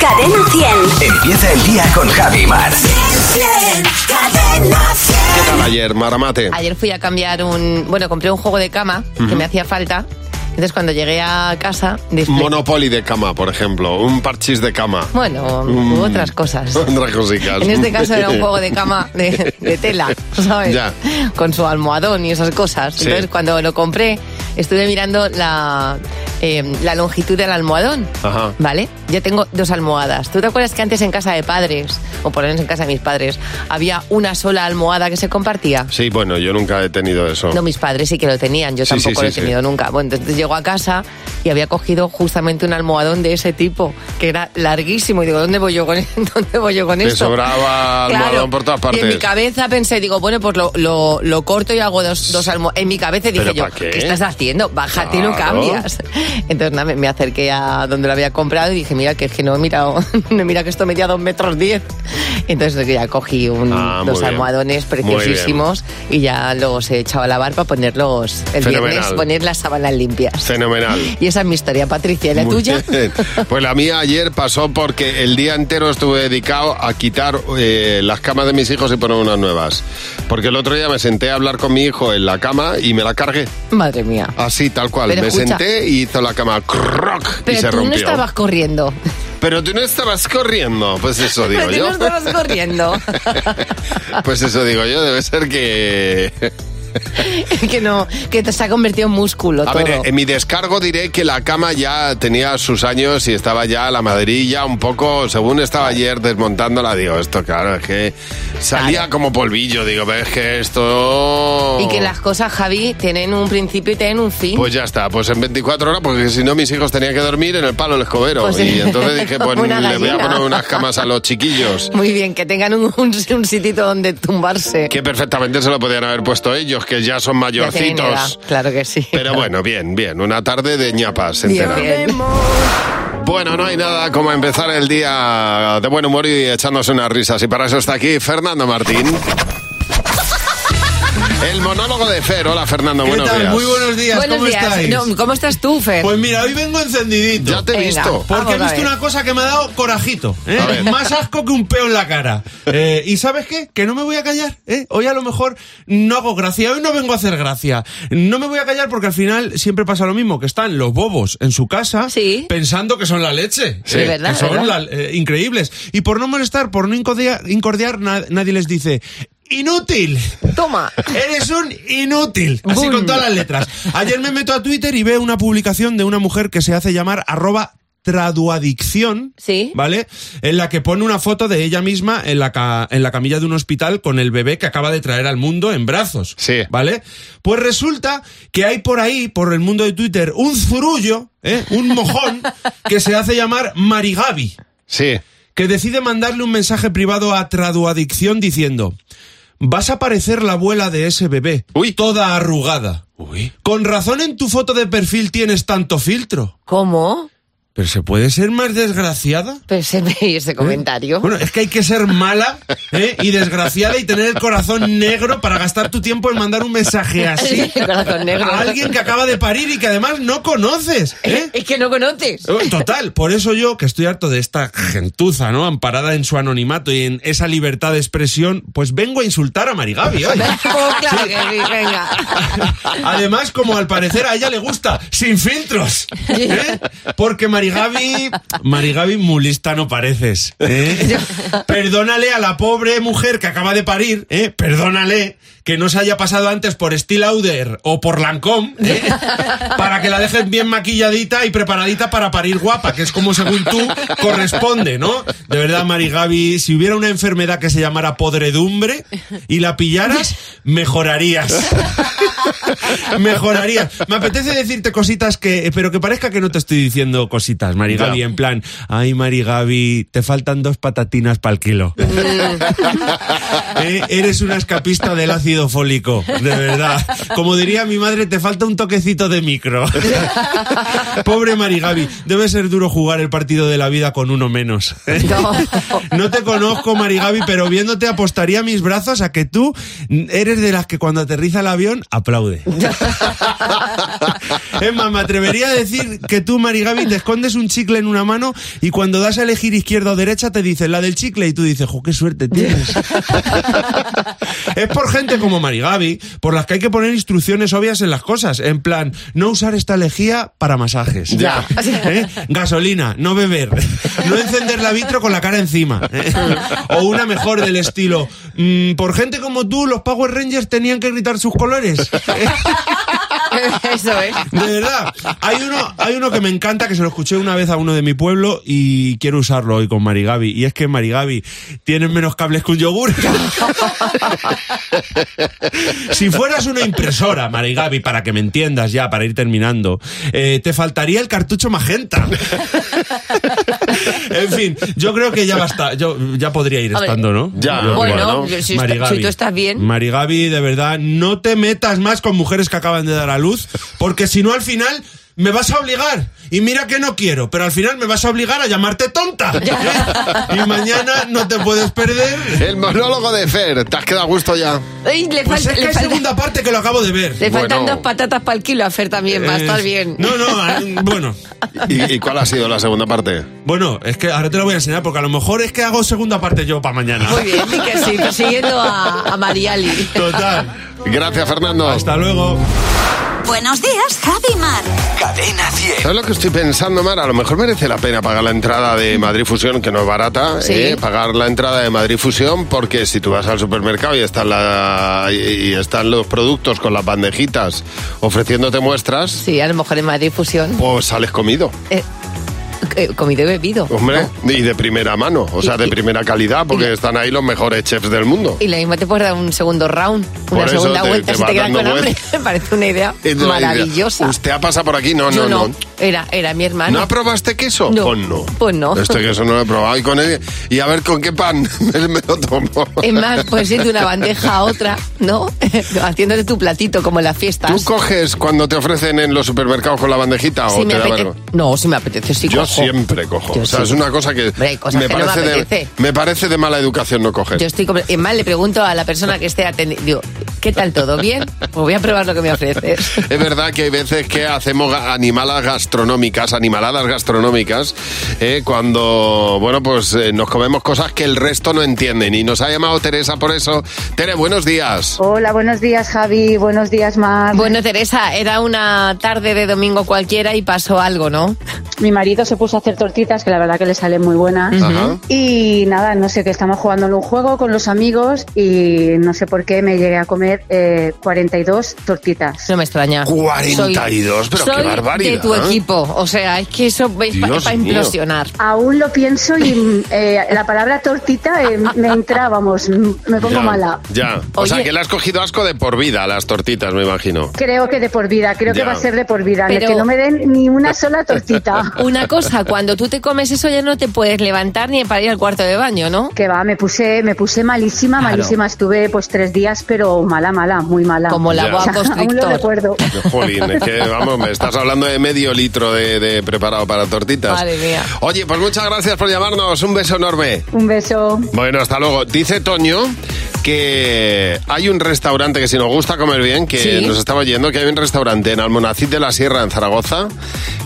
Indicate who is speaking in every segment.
Speaker 1: Cadena 100.
Speaker 2: Empieza el día con Javi Mar.
Speaker 1: Cadena 100.
Speaker 3: ¿Qué tal ayer, Maramate?
Speaker 4: Ayer fui a cambiar un. Bueno, compré un juego de cama que me hacía falta. Entonces, cuando llegué a casa, disfruté.
Speaker 3: Monopoly de cama, por ejemplo. Un parchís de cama.
Speaker 4: Bueno,
Speaker 3: Mm.
Speaker 4: u otras cosas.
Speaker 3: Otras cositas.
Speaker 4: En este caso era un juego de cama de, de tela, ¿sabes?
Speaker 3: Ya.
Speaker 4: Con su almohadón y esas cosas.
Speaker 3: Sí.
Speaker 4: Entonces, cuando lo compré, estuve mirando la, eh, la longitud del almohadón.
Speaker 3: Ajá.
Speaker 4: ¿Vale? Yo tengo dos almohadas. ¿Tú te acuerdas que antes en casa de padres, o por lo menos en casa de mis padres, había una sola almohada que se compartía?
Speaker 3: Sí, bueno, yo nunca he tenido eso.
Speaker 4: No, mis padres sí que lo tenían, yo
Speaker 3: Sí, sí,
Speaker 4: tampoco
Speaker 3: sí,
Speaker 4: lo he tenido
Speaker 3: sí.
Speaker 4: nunca. Bueno, entonces llego a casa y había cogido justamente un almohadón de ese tipo, que era larguísimo. Y digo, ¿dónde voy yo con, ¿dónde voy yo con
Speaker 3: Te
Speaker 4: esto?
Speaker 3: sobraba almohadón por
Speaker 4: Y
Speaker 3: todas
Speaker 4: en
Speaker 3: partes.
Speaker 4: mi cabeza pensé, digo, bueno, pues lo, lo, lo corto y hago dos, dos almohadas. En mi cabeza dije
Speaker 3: ¿Pero
Speaker 4: yo,
Speaker 3: pa' qué?
Speaker 4: estás haciendo? Bájate y lo
Speaker 3: Claro.
Speaker 4: cambias. Entonces nada, me, me acerqué a donde lo había comprado y dije, mira, que es que no he mirado, no, mira que esto medía dos metros diez. Entonces ya cogí un,
Speaker 3: Ah, muy
Speaker 4: dos
Speaker 3: bien.
Speaker 4: almohadones
Speaker 3: Muy bien.
Speaker 4: preciosísimos y ya los he echado a lavar para ponerlos el
Speaker 3: Fenomenal.
Speaker 4: viernes, poner las sábanas limpias.
Speaker 3: Fenomenal.
Speaker 4: Y esa es mi historia, Patricia. ¿Y la
Speaker 3: Muy
Speaker 4: tuya?
Speaker 3: bien. Pues la mía ayer pasó porque el día entero estuve dedicado a quitar eh, las camas de mis hijos y poner unas nuevas. Porque el otro día me senté a hablar con mi hijo en la cama y me la cargué.
Speaker 4: Madre mía.
Speaker 3: Así, tal cual.
Speaker 4: Pero
Speaker 3: me
Speaker 4: escucha.
Speaker 3: senté y hizo la cama croc y
Speaker 4: Pero
Speaker 3: se
Speaker 4: tú no
Speaker 3: rompió.
Speaker 4: estabas corriendo.
Speaker 3: Pero tú no estabas corriendo. Pues eso digo
Speaker 4: Pero tú
Speaker 3: yo.
Speaker 4: no estabas corriendo.
Speaker 3: Pues eso digo yo, debe ser que...
Speaker 4: que no, que te se ha convertido en músculo
Speaker 3: A
Speaker 4: todo.
Speaker 3: ver, eh, en mi descargo diré que la cama ya tenía sus años y estaba ya la madrilla un poco, según estaba ayer desmontándola, digo, esto claro, es que salía
Speaker 4: Claro.
Speaker 3: como polvillo, digo, pero es que esto...
Speaker 4: Y que las cosas, Javi, tienen un principio y tienen un fin.
Speaker 3: Pues ya está, pues en 24 horas, porque si no mis hijos tenían que dormir en el palo del escobero.
Speaker 4: Pues-
Speaker 3: y entonces dije, pues
Speaker 4: como una
Speaker 3: le voy a
Speaker 4: gallina.
Speaker 3: poner unas camas a los chiquillos.
Speaker 4: Muy bien, que tengan un, un, un sitito donde tumbarse.
Speaker 3: Que perfectamente se lo podían haber puesto ellos, que ya son
Speaker 4: Ya tienen
Speaker 3: mayorcitos.
Speaker 4: edad, Claro que sí.
Speaker 3: Pero bueno, bien, bien. Una tarde de ñapas
Speaker 4: Bien,
Speaker 3: entera.
Speaker 4: bien.
Speaker 3: Bueno, no hay nada como empezar el día de buen humor y echándose unas risas. Y para eso está aquí Fernando Martín. El monólogo de Fer. Hola, Fernando,
Speaker 5: ¿Qué
Speaker 3: buenos
Speaker 5: tal?
Speaker 3: días.
Speaker 5: Muy buenos días,
Speaker 4: Buenos
Speaker 5: ¿cómo
Speaker 4: días.
Speaker 5: estáis?
Speaker 4: No, ¿Cómo estás tú, Fer?
Speaker 5: Pues mira, hoy vengo encendidito.
Speaker 3: Ya te he
Speaker 4: Venga.
Speaker 3: visto.
Speaker 4: Ah.
Speaker 5: Porque he
Speaker 4: Vamos a
Speaker 5: visto
Speaker 4: ver.
Speaker 5: una cosa que me ha dado corajito. ¿eh?
Speaker 3: A ver.
Speaker 5: Más asco que un peo en la cara. Eh, ¿Y sabes qué? Que no me voy a callar. ¿eh? Hoy a lo mejor no hago gracia. Hoy no vengo a hacer gracia. No me voy a callar porque al final siempre pasa lo mismo. Que están los bobos en su casa
Speaker 4: Sí.
Speaker 5: pensando que son la leche.
Speaker 4: Sí,
Speaker 5: ¿eh?
Speaker 4: verdad,
Speaker 5: que son
Speaker 4: verdad.
Speaker 5: la- eh, increíbles. Y por no molestar, por no incordia- incordiar, na- nadie les dice... ¡Inútil!
Speaker 4: Toma.
Speaker 5: Eres un inútil. Así
Speaker 4: Boom.
Speaker 5: con todas las letras. Ayer me meto a Twitter y veo una publicación de una mujer que se hace llamar arroba traduadicción,
Speaker 4: Sí.
Speaker 5: ¿vale? En la que pone una foto de ella misma en la, ca- en la camilla de un hospital con el bebé que acaba de traer al mundo en brazos,
Speaker 3: Sí.
Speaker 5: ¿vale? Pues resulta que hay por ahí, por el mundo de Twitter, un zurullo, ¿eh? un mojón, que se hace llamar Marigabi
Speaker 3: Sí.
Speaker 5: que decide mandarle un mensaje privado a Traduadicción diciendo: Vas a parecer la abuela de ese bebé,
Speaker 3: Uy.
Speaker 5: toda arrugada.
Speaker 3: Uy.
Speaker 5: Con razón en tu foto de perfil tienes tanto filtro.
Speaker 4: ¿Cómo?
Speaker 5: ¿Pero se puede ser más desgraciada?
Speaker 4: Pues se me
Speaker 5: ¿Eh?
Speaker 4: ese comentario.
Speaker 5: Bueno, es que hay que ser mala ¿eh? y desgraciada y tener el corazón negro para gastar tu tiempo en mandar un mensaje así
Speaker 4: El corazón negro.
Speaker 5: a alguien que acaba de parir y que además no conoces. ¿eh?
Speaker 4: Es que no conoces.
Speaker 5: Eh, Total, por eso yo, que estoy harto de esta gentuza, ¿no? Amparada en su anonimato y en esa libertad de expresión, pues vengo a insultar a Marigabi hoy.
Speaker 4: Oh, claro que sí, venga.
Speaker 5: Además, como al parecer a ella le gusta, sin filtros. ¿eh? Porque Marigabi, Marigabi mulista no pareces. ¿eh? Perdónale a la pobre mujer que acaba de parir, ¿eh? perdónale que no se haya pasado antes por Steel Auder o por Lancôme, ¿eh? para que la dejen bien maquilladita y preparadita para parir guapa, que es como según tú corresponde, ¿no? De verdad, Marigabi, si hubiera una enfermedad que se llamara podredumbre y la pillaras, mejorarías. Mejoraría. Me apetece decirte cositas que. eh, Pero que parezca que no te estoy diciendo cositas, Marigaby.
Speaker 3: Ya.
Speaker 5: En plan, ay, Marigaby, te faltan dos patatinas para el kilo. Eh, Eres una escapista del ácido fólico, de verdad. Como diría mi madre, te falta un toquecito de micro. Pobre Marigaby, debe ser duro jugar el partido de la vida con uno menos.
Speaker 4: No.
Speaker 5: No te conozco, Marigaby, pero viéndote apostaría mis brazos a que tú eres de las que cuando aterriza el avión aplaude. Es más, me atrevería a decir que tú, Marigaby, te escondes escondes un chicle en una mano y cuando das a elegir izquierda o derecha te dicen la del chicle y tú dices, jo, qué suerte tienes. es por gente como Marigaby, por las que hay que poner instrucciones obvias en las cosas. En plan, no usar esta lejía para masajes.
Speaker 3: Ya.
Speaker 5: ¿Eh? Gasolina, no beber. No encender la vitro con la cara encima. ¿eh? O una mejor del estilo. mm, por gente como tú, los Power Rangers tenían que gritar sus colores.
Speaker 4: Eso es.
Speaker 5: De verdad, hay uno, hay uno que me encanta, que se lo escuché una vez a uno de mi pueblo y quiero usarlo hoy con Marigaby. Y es que Marigaby tienen menos cables que un yogur. si fueras una impresora, Marigaby, para que me entiendas ya, para ir terminando, eh, te faltaría el cartucho magenta. en fin, yo creo que ya basta, yo ya podría ir
Speaker 4: Hombre,
Speaker 5: estando, ¿no?
Speaker 3: ya,
Speaker 5: Yo-
Speaker 3: Bueno,
Speaker 4: Bueno, yo- si, está-
Speaker 5: Marigaby.
Speaker 4: si tú estás bien.
Speaker 5: Marigaby, de verdad, no te metas más con mujeres que acaban de dar a luz, porque si no al final me vas a obligar. Y mira que no quiero, pero al final me vas a obligar a llamarte tonta. y mañana no te puedes perder.
Speaker 3: El monólogo de Eh, Fer, ¿te has quedado a gusto ya?
Speaker 4: Ey, le
Speaker 5: Pues
Speaker 4: falta-
Speaker 5: es que
Speaker 4: le
Speaker 5: hay
Speaker 4: falta-
Speaker 5: segunda parte que lo acabo de ver.
Speaker 4: le faltan
Speaker 3: Bueno.
Speaker 4: dos patatas para el kilo a Fer también, va a estar
Speaker 5: Eh,
Speaker 4: bien.
Speaker 5: No, no, ah, bueno.
Speaker 3: ¿Y, y cuál ha sido la segunda parte?
Speaker 5: Bueno, es que ahora te lo voy a enseñar porque a lo mejor es que hago segunda parte yo para mañana.
Speaker 4: Muy bien, y que sí, siguiendo a, a Mariali.
Speaker 5: Total.
Speaker 3: Gracias, Fernando.
Speaker 5: Hasta luego.
Speaker 1: Buenos días, Javi Mar.
Speaker 2: Cadena 100.
Speaker 3: ¿Sabes lo que estoy pensando, Mar? A lo mejor merece la pena pagar la entrada de Madrid Fusión, que no es barata,
Speaker 4: Sí.
Speaker 3: ¿eh? pagar la entrada de Madrid Fusión, porque si tú vas al supermercado y están, la, y- y están los productos con las bandejitas ofreciéndote muestras,
Speaker 4: Sí, a lo mejor en Madrid Fusión.
Speaker 3: pues sales comido.
Speaker 4: Eh, eh, comido y bebido.
Speaker 3: Hombre, y de primera mano, o sea, de
Speaker 4: y-
Speaker 3: primera calidad, porque están ahí los mejores chefs del mundo.
Speaker 4: Y la misma te puedes dar un segundo round,
Speaker 3: Por
Speaker 4: una
Speaker 3: eso
Speaker 4: segunda
Speaker 3: te-
Speaker 4: vuelta
Speaker 3: te
Speaker 4: si
Speaker 3: va
Speaker 4: te quedan con
Speaker 3: dando
Speaker 4: hambre. Me parece una idea
Speaker 3: Es la idea.
Speaker 4: maravillosa.
Speaker 3: Usted ha pasado por aquí, no, no,
Speaker 4: Yo
Speaker 3: no.
Speaker 4: no, Era, era mi hermano.
Speaker 3: ¿No probaste queso?
Speaker 4: No.
Speaker 3: Pues no.
Speaker 4: Pues no.
Speaker 3: Este queso no lo he probado. Y, con él- y a ver con qué pan me, me lo tomo.
Speaker 4: es más, puedes ir de una bandeja a otra, ¿no? Haciéndote tu platito, como en las fiestas.
Speaker 3: ¿Tú coges cuando te ofrecen en los supermercados con la bandejita
Speaker 4: Si
Speaker 3: o
Speaker 4: me
Speaker 3: te da
Speaker 4: apete-
Speaker 3: vergo-
Speaker 4: No, si me apetece, sí
Speaker 3: Yo
Speaker 4: cojo.
Speaker 3: siempre cojo.
Speaker 4: Yo
Speaker 3: o sea,
Speaker 4: sí.
Speaker 3: es una cosa que,
Speaker 4: Hombre, hay cosas
Speaker 3: me,
Speaker 4: que no me
Speaker 3: parece de,
Speaker 4: apetece.
Speaker 3: me parece de mala educación no coger.
Speaker 4: Yo estoy compl- y más le pregunto a la persona que esté atendiendo, digo, ¿qué tal todo? ¿Bien? Pues voy a probar lo que me ofreces.
Speaker 3: Es verdad que hay veces que hacemos ga- animalas gastronómicas, animaladas gastronómicas, eh, cuando, bueno, pues eh, nos comemos cosas que el resto no entienden. Y nos ha llamado Teresa por eso. Tere, buenos días.
Speaker 6: Hola, buenos días Javi, buenos días Mar.
Speaker 4: Bueno, Teresa, era una tarde de domingo cualquiera y pasó algo, ¿no?
Speaker 6: Mi marido se puso a hacer tortitas que la verdad que le salen muy buenas.
Speaker 3: Ajá.
Speaker 6: Y nada, no sé, que estamos jugando en un juego con los amigos y no sé por qué me llegué a comer eh, 42 tortitas.
Speaker 4: No me extraña.
Speaker 3: 42,
Speaker 4: Soy-
Speaker 3: pero qué
Speaker 4: soy
Speaker 3: barbaridad,
Speaker 4: De tu
Speaker 3: ¿eh?
Speaker 4: equipo, o sea, es que eso es para
Speaker 3: Dios mío.
Speaker 4: implosionar.
Speaker 6: Aún lo pienso y mm, eh, la palabra tortita eh, me entra, vamos, mm, me pongo
Speaker 3: Ya,
Speaker 6: mala.
Speaker 3: Ya. O sea,
Speaker 4: Oye.
Speaker 3: que le has cogido asco de por vida a las tortitas, me imagino.
Speaker 6: Creo que de por vida, creo
Speaker 3: Ya.
Speaker 6: que va a ser de por vida,
Speaker 4: Pero-
Speaker 6: que no me den ni una sola tortita.
Speaker 4: Una cosa, cuando tú te comes eso ya no te puedes levantar ni para ir al cuarto de baño, ¿no?
Speaker 6: Que va, me puse, me puse malísima,
Speaker 4: Claro.
Speaker 6: malísima. Estuve pues tres días, pero mala, mala, muy mala.
Speaker 4: Como la
Speaker 3: Ya.
Speaker 4: boa
Speaker 6: O sea, Aún lo
Speaker 4: constrictor.
Speaker 6: recuerdo.
Speaker 3: Jolín, es que vamos, me estás hablando de medio litro de, de preparado para tortitas.
Speaker 4: Madre mía.
Speaker 3: Oye, pues muchas gracias por llamarnos. Un beso enorme.
Speaker 6: Un beso.
Speaker 3: Bueno, hasta luego. Dice Toño que hay un restaurante que si nos gusta comer bien, que
Speaker 4: Sí.
Speaker 3: nos estaba yendo, que hay un restaurante en Almonacid de la Sierra, en Zaragoza,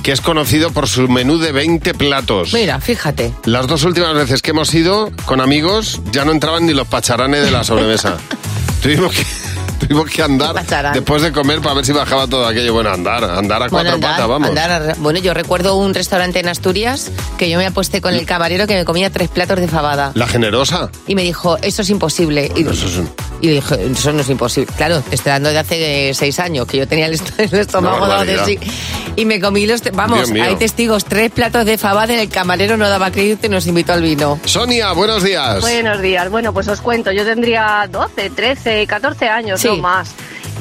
Speaker 3: que es conocido por su menú de 20 platos.
Speaker 4: Mira, fíjate.
Speaker 3: Las dos últimas veces que hemos ido con amigos ya no entraban ni los pacharanes de la sobremesa. tuvimos que... Tuvimos que andar
Speaker 4: Pacharán.
Speaker 3: después de comer para ver si bajaba todo aquello. Bueno, andar, andar a cuatro
Speaker 4: Bueno, andar,
Speaker 3: patas, vamos.
Speaker 4: andar a- bueno, yo recuerdo un restaurante en Asturias que yo me aposté con el camarero que me comía tres platos de fabada.
Speaker 3: La generosa.
Speaker 4: Y me dijo, eso es imposible. Y,
Speaker 3: eso es un-
Speaker 4: y dije, eso no es imposible. Claro, te estoy hablando de hace eh, seis años, que yo tenía el, est- el estómago
Speaker 3: Una
Speaker 4: dado de
Speaker 3: barbaridad.
Speaker 4: sí. Y me comí los... te-
Speaker 3: Dios
Speaker 4: Vamos,
Speaker 3: mío.
Speaker 4: hay testigos, tres platos de fabada, el camarero no daba crédito y nos invitó al vino.
Speaker 3: Sonia, buenos días.
Speaker 7: Buenos días. Bueno, pues os cuento. Yo tendría 12, 13, 14 años,
Speaker 4: Sí.
Speaker 7: no más.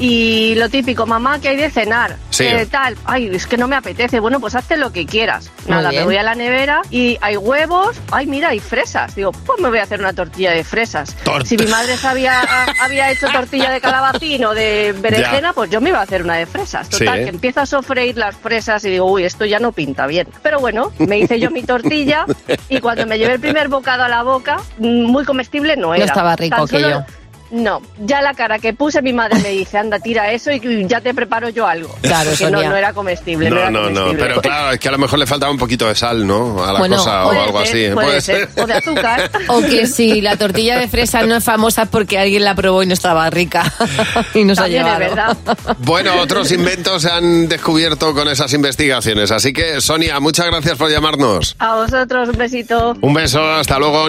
Speaker 7: Y lo típico, mamá, que hay de cenar.
Speaker 3: Sí.
Speaker 7: ¿Qué tal? Ay, es que no me apetece. Bueno, pues hazte lo que quieras.
Speaker 4: Muy
Speaker 7: Nada,
Speaker 4: bien.
Speaker 7: me voy a la nevera y hay huevos. Ay, mira, hay fresas. Digo, pues me voy a hacer una tortilla de fresas.
Speaker 3: Tort-
Speaker 7: Si mi madre sabía, había hecho tortilla de calabacín o de berenjena, pues yo me iba a hacer una de fresas. Total,
Speaker 3: Sí.
Speaker 7: que empiezo a sofreír las fresas y digo, uy, esto ya no pinta bien. Pero bueno, me hice yo mi tortilla y cuando me llevé el primer bocado a la boca, mm, muy comestible no era.
Speaker 4: estaba rico
Speaker 7: Tan solo-
Speaker 4: aquello.
Speaker 7: No, ya la cara que puse mi madre me dice, anda, tira eso y ya te preparo yo algo.
Speaker 3: Claro,
Speaker 7: que no,
Speaker 3: Sonia.
Speaker 7: no era comestible.
Speaker 3: No,
Speaker 7: era
Speaker 3: no, no,
Speaker 7: comestible.
Speaker 3: pero claro, es que a lo mejor le faltaba un poquito de sal, ¿no? A la
Speaker 7: Bueno,
Speaker 3: cosa o
Speaker 7: puede
Speaker 3: algo
Speaker 7: ser,
Speaker 3: así. Pues,
Speaker 7: puede ser. O de azúcar.
Speaker 4: O que si la tortilla de fresa no es famosa es porque alguien la probó y no estaba rica y nos
Speaker 7: También
Speaker 4: ha
Speaker 7: es
Speaker 4: llevado.
Speaker 7: verdad.
Speaker 3: Bueno, otros inventos se han descubierto con esas investigaciones. Así que, Sonia, muchas gracias por llamarnos.
Speaker 7: A vosotros, un besito.
Speaker 3: Un beso, hasta luego.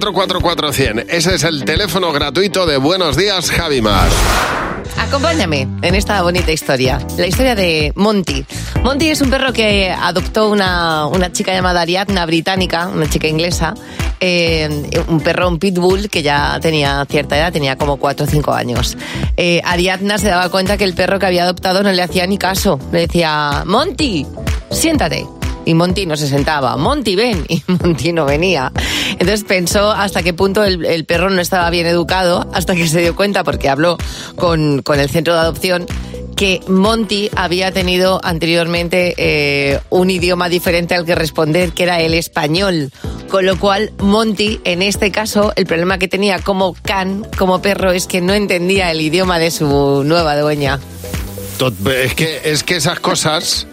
Speaker 3: 900-444-100. Ese es el teléfono gratuito de Buenos Días, Javimar.
Speaker 4: Acompáñame en esta bonita historia, la historia de Monty. Monty es un perro que adoptó una, una chica llamada Ariadna británica, una chica inglesa, eh, un perro, un pitbull que ya tenía cierta edad, tenía como 4 o 5 años. Eh, Ariadna se daba cuenta que el perro que había adoptado no le hacía ni caso. Le decía, Monty, siéntate. Y Monty no se sentaba. Monty, ven. Y Monty no venía. Entonces pensó hasta qué punto el, el perro no estaba bien educado, hasta que se dio cuenta, porque habló con, con el centro de adopción, que Monty había tenido anteriormente eh, un idioma diferente al que responder, que era el español. Con lo cual, Monty, en este caso, el problema que tenía como can, como perro, es que no entendía el idioma de su nueva dueña.
Speaker 3: Tot- Es que, es que esas cosas.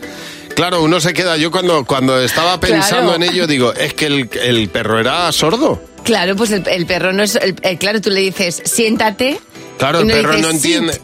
Speaker 3: Claro, uno se queda. Yo cuando, cuando estaba pensando
Speaker 4: Claro.
Speaker 3: en ello, digo, es que el, el perro era sordo.
Speaker 4: Claro, pues el, el perro no es. el- el- claro, tú le dices, siéntate.
Speaker 3: Claro,
Speaker 4: y
Speaker 3: el
Speaker 4: no
Speaker 3: perro
Speaker 4: dices,
Speaker 3: no entiende.
Speaker 4: "Sit".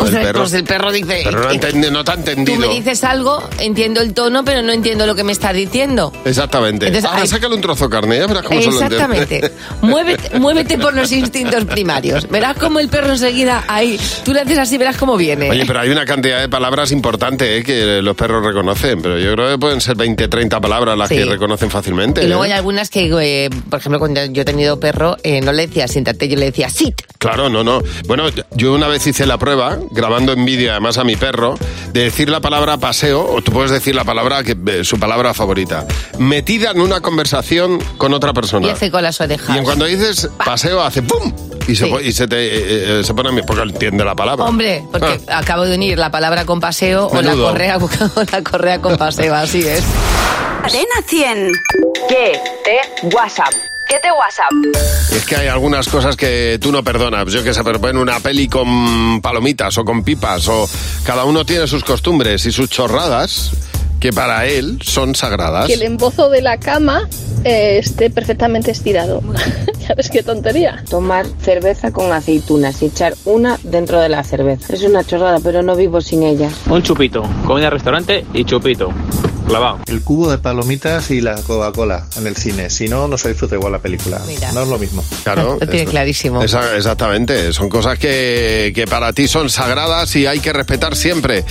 Speaker 4: Pues
Speaker 3: el
Speaker 4: el-
Speaker 3: perro.
Speaker 4: pues el perro dice,
Speaker 3: Pero no,
Speaker 4: "Eh,
Speaker 3: entiende- no te ha entendido.
Speaker 4: Tú me dices algo, entiendo el tono, pero no entiendo lo que me estás diciendo.
Speaker 3: Exactamente.
Speaker 4: Entonces,
Speaker 3: Ahora
Speaker 4: hay-
Speaker 3: sácale un trozo de carne, ya verás cómo se lo entiende.
Speaker 4: Exactamente. Muévete, muévete por los instintos primarios. Verás como el perro enseguida ahí. Tú le haces así, verás cómo viene.
Speaker 3: Oye, pero hay una cantidad de palabras importante eh, que los perros reconocen, pero yo creo que pueden ser 20, 30 palabras las
Speaker 4: Sí.
Speaker 3: que reconocen fácilmente.
Speaker 4: y luego
Speaker 3: ¿eh?
Speaker 4: hay algunas que, eh, por ejemplo, cuando yo he tenido perro, eh, no le decía siéntate, yo le decía sit.
Speaker 3: Claro, no, no. Bueno, yo una vez hice la prueba, grabando en vídeo además a mi perro, de decir la palabra paseo, o tú puedes decir la palabra, que eh, su palabra favorita, metida en una conversación con otra
Speaker 4: Y
Speaker 3: persona.
Speaker 4: hace con las orejas.
Speaker 3: Y en cuando dices paseo, hace ¡pum! Y, se,
Speaker 4: Sí.
Speaker 3: po- y se, te, eh, eh, se pone a mí, porque entiende la palabra.
Speaker 4: Hombre, porque acabo de unir la palabra con paseo o
Speaker 3: Ah. Menudo.
Speaker 4: la correa o la correa con paseo, así es.
Speaker 1: Arena 100.
Speaker 7: ¿Qué te WhatsApp? ¿Qué te WhatsApp?
Speaker 3: Es que hay algunas cosas que tú no perdonas. Yo que sé, pero ponen una peli con palomitas o con pipas o cada uno tiene sus costumbres y sus chorradas que para él son sagradas.
Speaker 8: Que el embozo de la cama eh, esté perfectamente estirado. ya ves qué tontería.
Speaker 9: Tomar cerveza con aceitunas y echar una dentro de la cerveza. Es una chorrada, pero no vivo sin ella.
Speaker 10: Un chupito, comida en restaurante y chupito. Clavado.
Speaker 11: El cubo de palomitas y la Coca-Cola en el cine. Si no, no se disfruta igual la película.
Speaker 4: Mira.
Speaker 11: No es lo mismo.
Speaker 3: Claro.
Speaker 4: Lo tiene
Speaker 3: eso.
Speaker 4: clarísimo.
Speaker 3: Esa- exactamente. Son cosas que, que para ti son sagradas y hay que respetar siempre.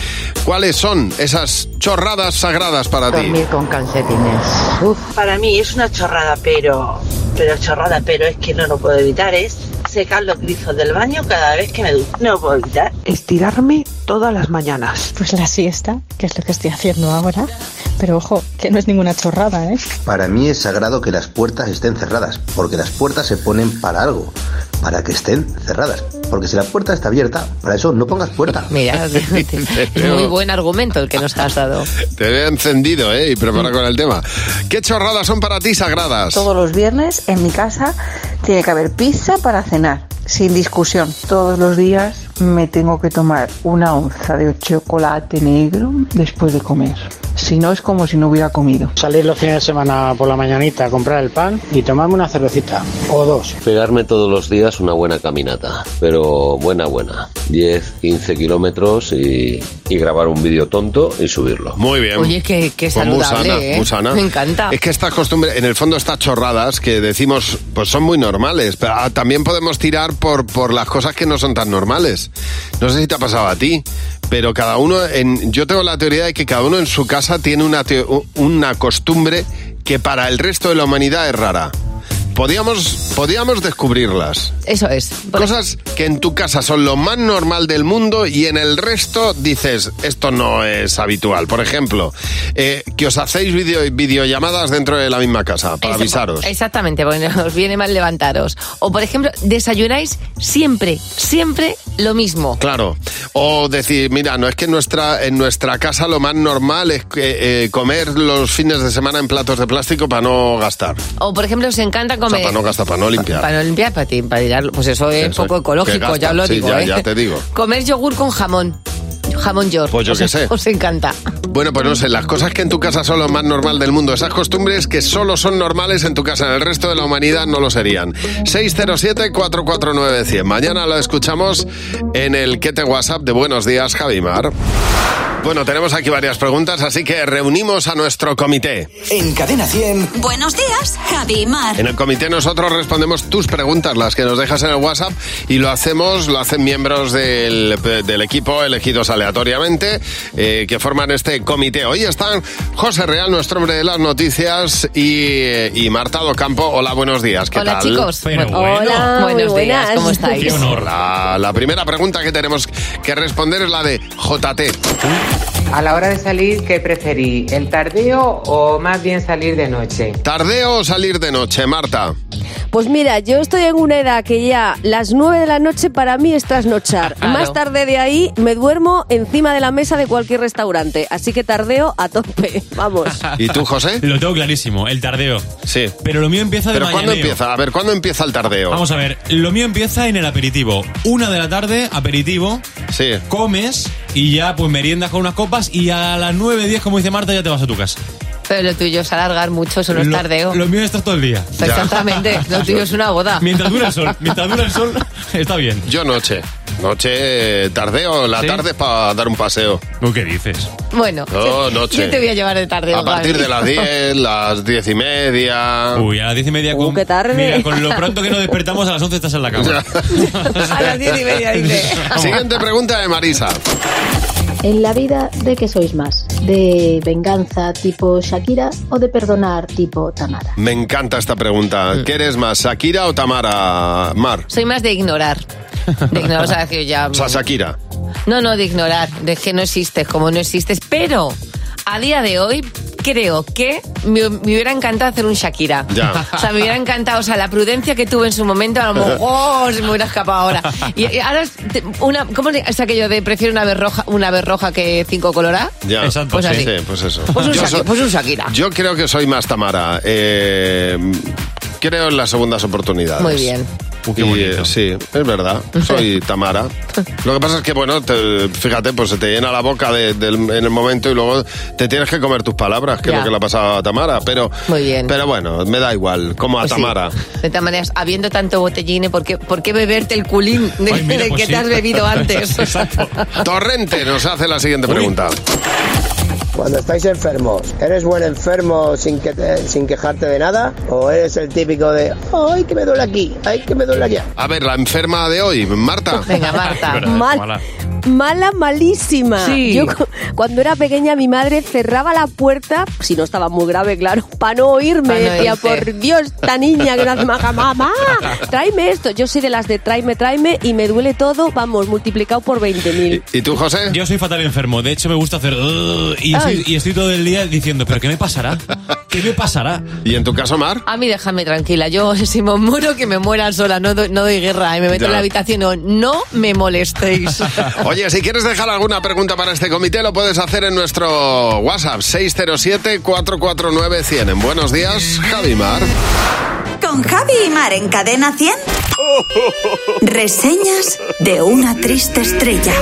Speaker 3: ¿Cuáles son esas chorradas sagradas para ti?
Speaker 9: con calcetines. Para mí es una chorrada, pero pero chorrada, pero es que no lo puedo evitar es secar los grifos del baño cada vez que me ducho. No lo puedo evitar.
Speaker 12: Estirarme todas las mañanas. Pues la siesta, que es lo que estoy haciendo ahora. Pero ojo, que no es ninguna chorrada, ¿eh?
Speaker 13: Para mí es sagrado que las puertas estén cerradas, porque las puertas se ponen para algo, para que estén cerradas. Porque si la puerta está abierta, para eso no pongas puerta.
Speaker 4: Mira, es muy buen argumento el que nos has dado.
Speaker 3: Te veo encendido, ¿eh? Y preparado con el tema. ¿Qué chorradas son para ti sagradas?
Speaker 14: Todos los viernes en mi casa tiene que haber pizza para cenar, sin discusión. Todos los días me tengo que tomar una onza de chocolate negro después de comer. Si no, es como si no hubiera comido.
Speaker 15: Salir los fines de semana por la mañanita a comprar el pan y tomarme una cervecita o dos.
Speaker 16: Pegarme todos los días una buena caminata, pero buena, buena. 10, 15 kilómetros y, y grabar un vídeo tonto y subirlo.
Speaker 3: Muy bien.
Speaker 4: Oye, que, que
Speaker 3: Pues muy
Speaker 4: saludable,
Speaker 3: sana,
Speaker 4: ¿eh?
Speaker 3: muy sana.
Speaker 4: Me encanta.
Speaker 3: Es que estas costumbres, en el fondo estas chorradas que decimos, pues son muy normales, pero ah, también podemos tirar por, por las cosas que no son tan normales. No sé si te ha pasado a ti, pero cada uno, en, yo tengo la teoría de que cada uno en su casa tiene una, teo- una costumbre que para el resto de la humanidad es rara. Podíamos, podíamos descubrirlas.
Speaker 4: Eso es.
Speaker 3: Cosas que en tu casa son lo más normal del mundo y en el resto dices, esto no es habitual. Por ejemplo, eh, que os hacéis video- videollamadas dentro de la misma casa para
Speaker 4: Esa-
Speaker 3: avisaros.
Speaker 4: Exactamente, porque os viene mal levantaros. O, por ejemplo, desayunáis siempre, siempre lo mismo.
Speaker 3: Claro. O decir, mira, no es que en nuestra, en nuestra casa lo más normal es que, eh, comer los fines de semana en platos de plástico para no gastar.
Speaker 4: O, por ejemplo, os encanta comer.
Speaker 3: Para no gastar, para no limpiar.
Speaker 4: Para no limpiar, para, ti, para tirarlo. Pues eso es
Speaker 3: Eso es,
Speaker 4: poco
Speaker 3: que
Speaker 4: ecológico,
Speaker 3: gasta.
Speaker 4: ya os lo
Speaker 3: Sí,
Speaker 4: digo.
Speaker 3: ya-
Speaker 4: ¿eh?
Speaker 3: ya te digo.
Speaker 4: Comer yogur con jamón. Jamón york.
Speaker 3: Pues yo
Speaker 4: Os-
Speaker 3: qué sé.
Speaker 4: Os encanta.
Speaker 3: Bueno, pues no sé, las cosas que en tu casa son lo más normal del mundo, esas costumbres que solo son normales en tu casa, en el resto de la humanidad no lo serían. 607-449-100. Mañana lo escuchamos en el que te WhatsApp de Buenos Días, Javimar. Bueno, tenemos aquí varias preguntas, así que reunimos a nuestro comité.
Speaker 2: En Cadena 100.
Speaker 1: Buenos días, Javi y Mar.
Speaker 3: En el comité nosotros respondemos tus preguntas, las que nos dejas en el WhatsApp, y lo hacemos, lo hacen miembros del, del equipo elegidos aleatoriamente, eh, que forman este comité. Hoy están José Real, nuestro hombre de las noticias, y, eh, y Marta Docampo. Hola, buenos días. ¿Qué
Speaker 4: Hola,
Speaker 3: tal?
Speaker 4: chicos. Bueno,
Speaker 17: bueno.
Speaker 4: Buenos
Speaker 17: muy
Speaker 4: días,
Speaker 17: buenas.
Speaker 4: ¿cómo estáis?
Speaker 17: Qué honor.
Speaker 3: La, la primera pregunta que tenemos que responder es la de JT.
Speaker 18: A la hora de salir, ¿qué preferí? ¿El tardeo o más bien salir de noche?
Speaker 3: ¿Tardeo o salir de noche, Marta?
Speaker 17: Pues mira, yo estoy en una edad que ya las 9 de la noche para mí es trasnochar.
Speaker 4: Ah,
Speaker 3: Claro.
Speaker 17: Más tarde de ahí me duermo encima de la mesa de cualquier restaurante. Así que tardeo a tope. Vamos.
Speaker 3: ¿Y tú, José?
Speaker 19: Lo tengo clarísimo, el tardeo.
Speaker 3: Sí.
Speaker 19: Pero lo mío empieza de
Speaker 3: ¿Pero cuándo
Speaker 19: mañaneo.
Speaker 3: empieza? A ver, ¿cuándo empieza el tardeo?
Speaker 19: Vamos a ver, lo mío empieza en el aperitivo. Una de la tarde, aperitivo.
Speaker 3: Sí.
Speaker 19: Comes y ya pues meriendas con unas copas y a las 9, 10, como dice Marta, ya te vas a tu casa.
Speaker 4: Pero lo tuyo es alargar mucho, eso no Pues es
Speaker 19: Lo-
Speaker 4: tardeo.
Speaker 19: Lo mío es estar todo el día.
Speaker 4: Exactamente, lo tuyo es una boda.
Speaker 19: Mientras dura el sol, mientras dura el sol, está bien.
Speaker 3: Yo noche. Noche, eh, tardeo, la tarde es para dar un paseo.
Speaker 19: ¿Qué dices?
Speaker 4: Bueno,
Speaker 3: No, noche.
Speaker 4: yo te voy a llevar de tardeo.
Speaker 3: A partir
Speaker 4: Javi.
Speaker 3: de las 10, las 10 y media.
Speaker 19: Uy, a las 10 y media.
Speaker 3: con...
Speaker 4: Uh, tarde.
Speaker 19: Mira, con lo pronto que nos despertamos, a las 11 estás en la cama.
Speaker 4: A las 10 y media, dice.
Speaker 3: Siguiente pregunta de Marisa.
Speaker 20: En la vida, ¿de qué sois más? ¿De venganza tipo Shakira o de perdonar tipo Tamara?
Speaker 3: Me encanta esta pregunta.
Speaker 19: Mm.
Speaker 3: ¿Qué eres más, Shakira o Tamara Mar?
Speaker 4: Soy más de ignorar. De ignorar, o sea, decir ya.
Speaker 3: O sea, Shakira.
Speaker 4: No, no, de ignorar, de que no existes, como no existes. Pero a día de hoy creo que me, me hubiera encantado hacer un Shakira.
Speaker 3: Ya.
Speaker 4: O sea, me hubiera encantado, o sea, la prudencia que tuve en su momento, a lo mejor se me hubiera escapado ahora. Y, y ahora, es te- una, ¿cómo le- es aquello de prefiero una vez roja, una vez roja que cinco coloradas?
Speaker 3: Ya.
Speaker 4: Pues
Speaker 3: sí,
Speaker 4: así.
Speaker 3: sí, pues eso.
Speaker 4: Pues un
Speaker 3: yo,
Speaker 4: Shaki-
Speaker 3: so-
Speaker 4: pues un Shakira.
Speaker 3: yo creo que soy más Tamara. Eh, creo en las segundas oportunidades.
Speaker 4: Muy bien.
Speaker 3: Y, eh, sí, es verdad, soy Tamara. Lo que pasa es que, bueno, te- fíjate, pues se te llena la boca de- del- en el momento y luego te tienes que comer tus palabras, que
Speaker 4: Ya.
Speaker 3: es lo que le ha pasado a Tamara. Pero,
Speaker 4: Muy bien.
Speaker 3: pero bueno, me da igual, como a
Speaker 4: Pues sí.
Speaker 3: Tamara.
Speaker 4: De todas maneras, habiendo tanto botelline, ¿por qué, por qué beberte el culín de,
Speaker 3: Ay, mira,
Speaker 4: de
Speaker 3: pues
Speaker 4: que
Speaker 3: sí.
Speaker 4: te has bebido antes?
Speaker 3: Torrente nos hace la siguiente pregunta.
Speaker 21: Cuando estáis enfermos, ¿eres buen enfermo sin, que te- sin quejarte de nada? ¿O eres el típico de, ay, que me duele aquí, ay, que me duele allá?
Speaker 3: A ver, la enferma de hoy, Marta.
Speaker 4: Venga, Marta.
Speaker 17: Mal- Mala, malísima.
Speaker 4: Sí.
Speaker 17: Yo cu- cuando era pequeña mi madre cerraba la puerta, si no estaba muy grave, claro, para no oírme.
Speaker 4: Pa' no
Speaker 17: decía,
Speaker 4: oírte.
Speaker 17: por Dios, esta niña que no hace más- mamá, tráeme esto. Yo soy de las de tráeme, tráeme y me duele todo, vamos, multiplicado por 20.000.
Speaker 3: ¿Y tú, José?
Speaker 19: Yo soy fatal enfermo. De hecho, me gusta hacer. "Ugh", Y
Speaker 4: Ay.
Speaker 19: estoy, y estoy todo el día diciendo, ¿pero qué me pasará? ¿Qué me pasará?
Speaker 3: ¿Y en tu caso, Mar?
Speaker 4: A mí déjame tranquila, yo si me muero que me muera sola, no doy, no doy guerra, ¿eh? me meto
Speaker 3: Ya.
Speaker 4: en la habitación, no, no me molestéis.
Speaker 3: Oye, si quieres dejar alguna pregunta para este comité, lo puedes hacer en nuestro WhatsApp 607-449-100. En buenos días, Javimar.
Speaker 1: Con Javi y Mar en Cadena 100. Reseñas de una triste estrella.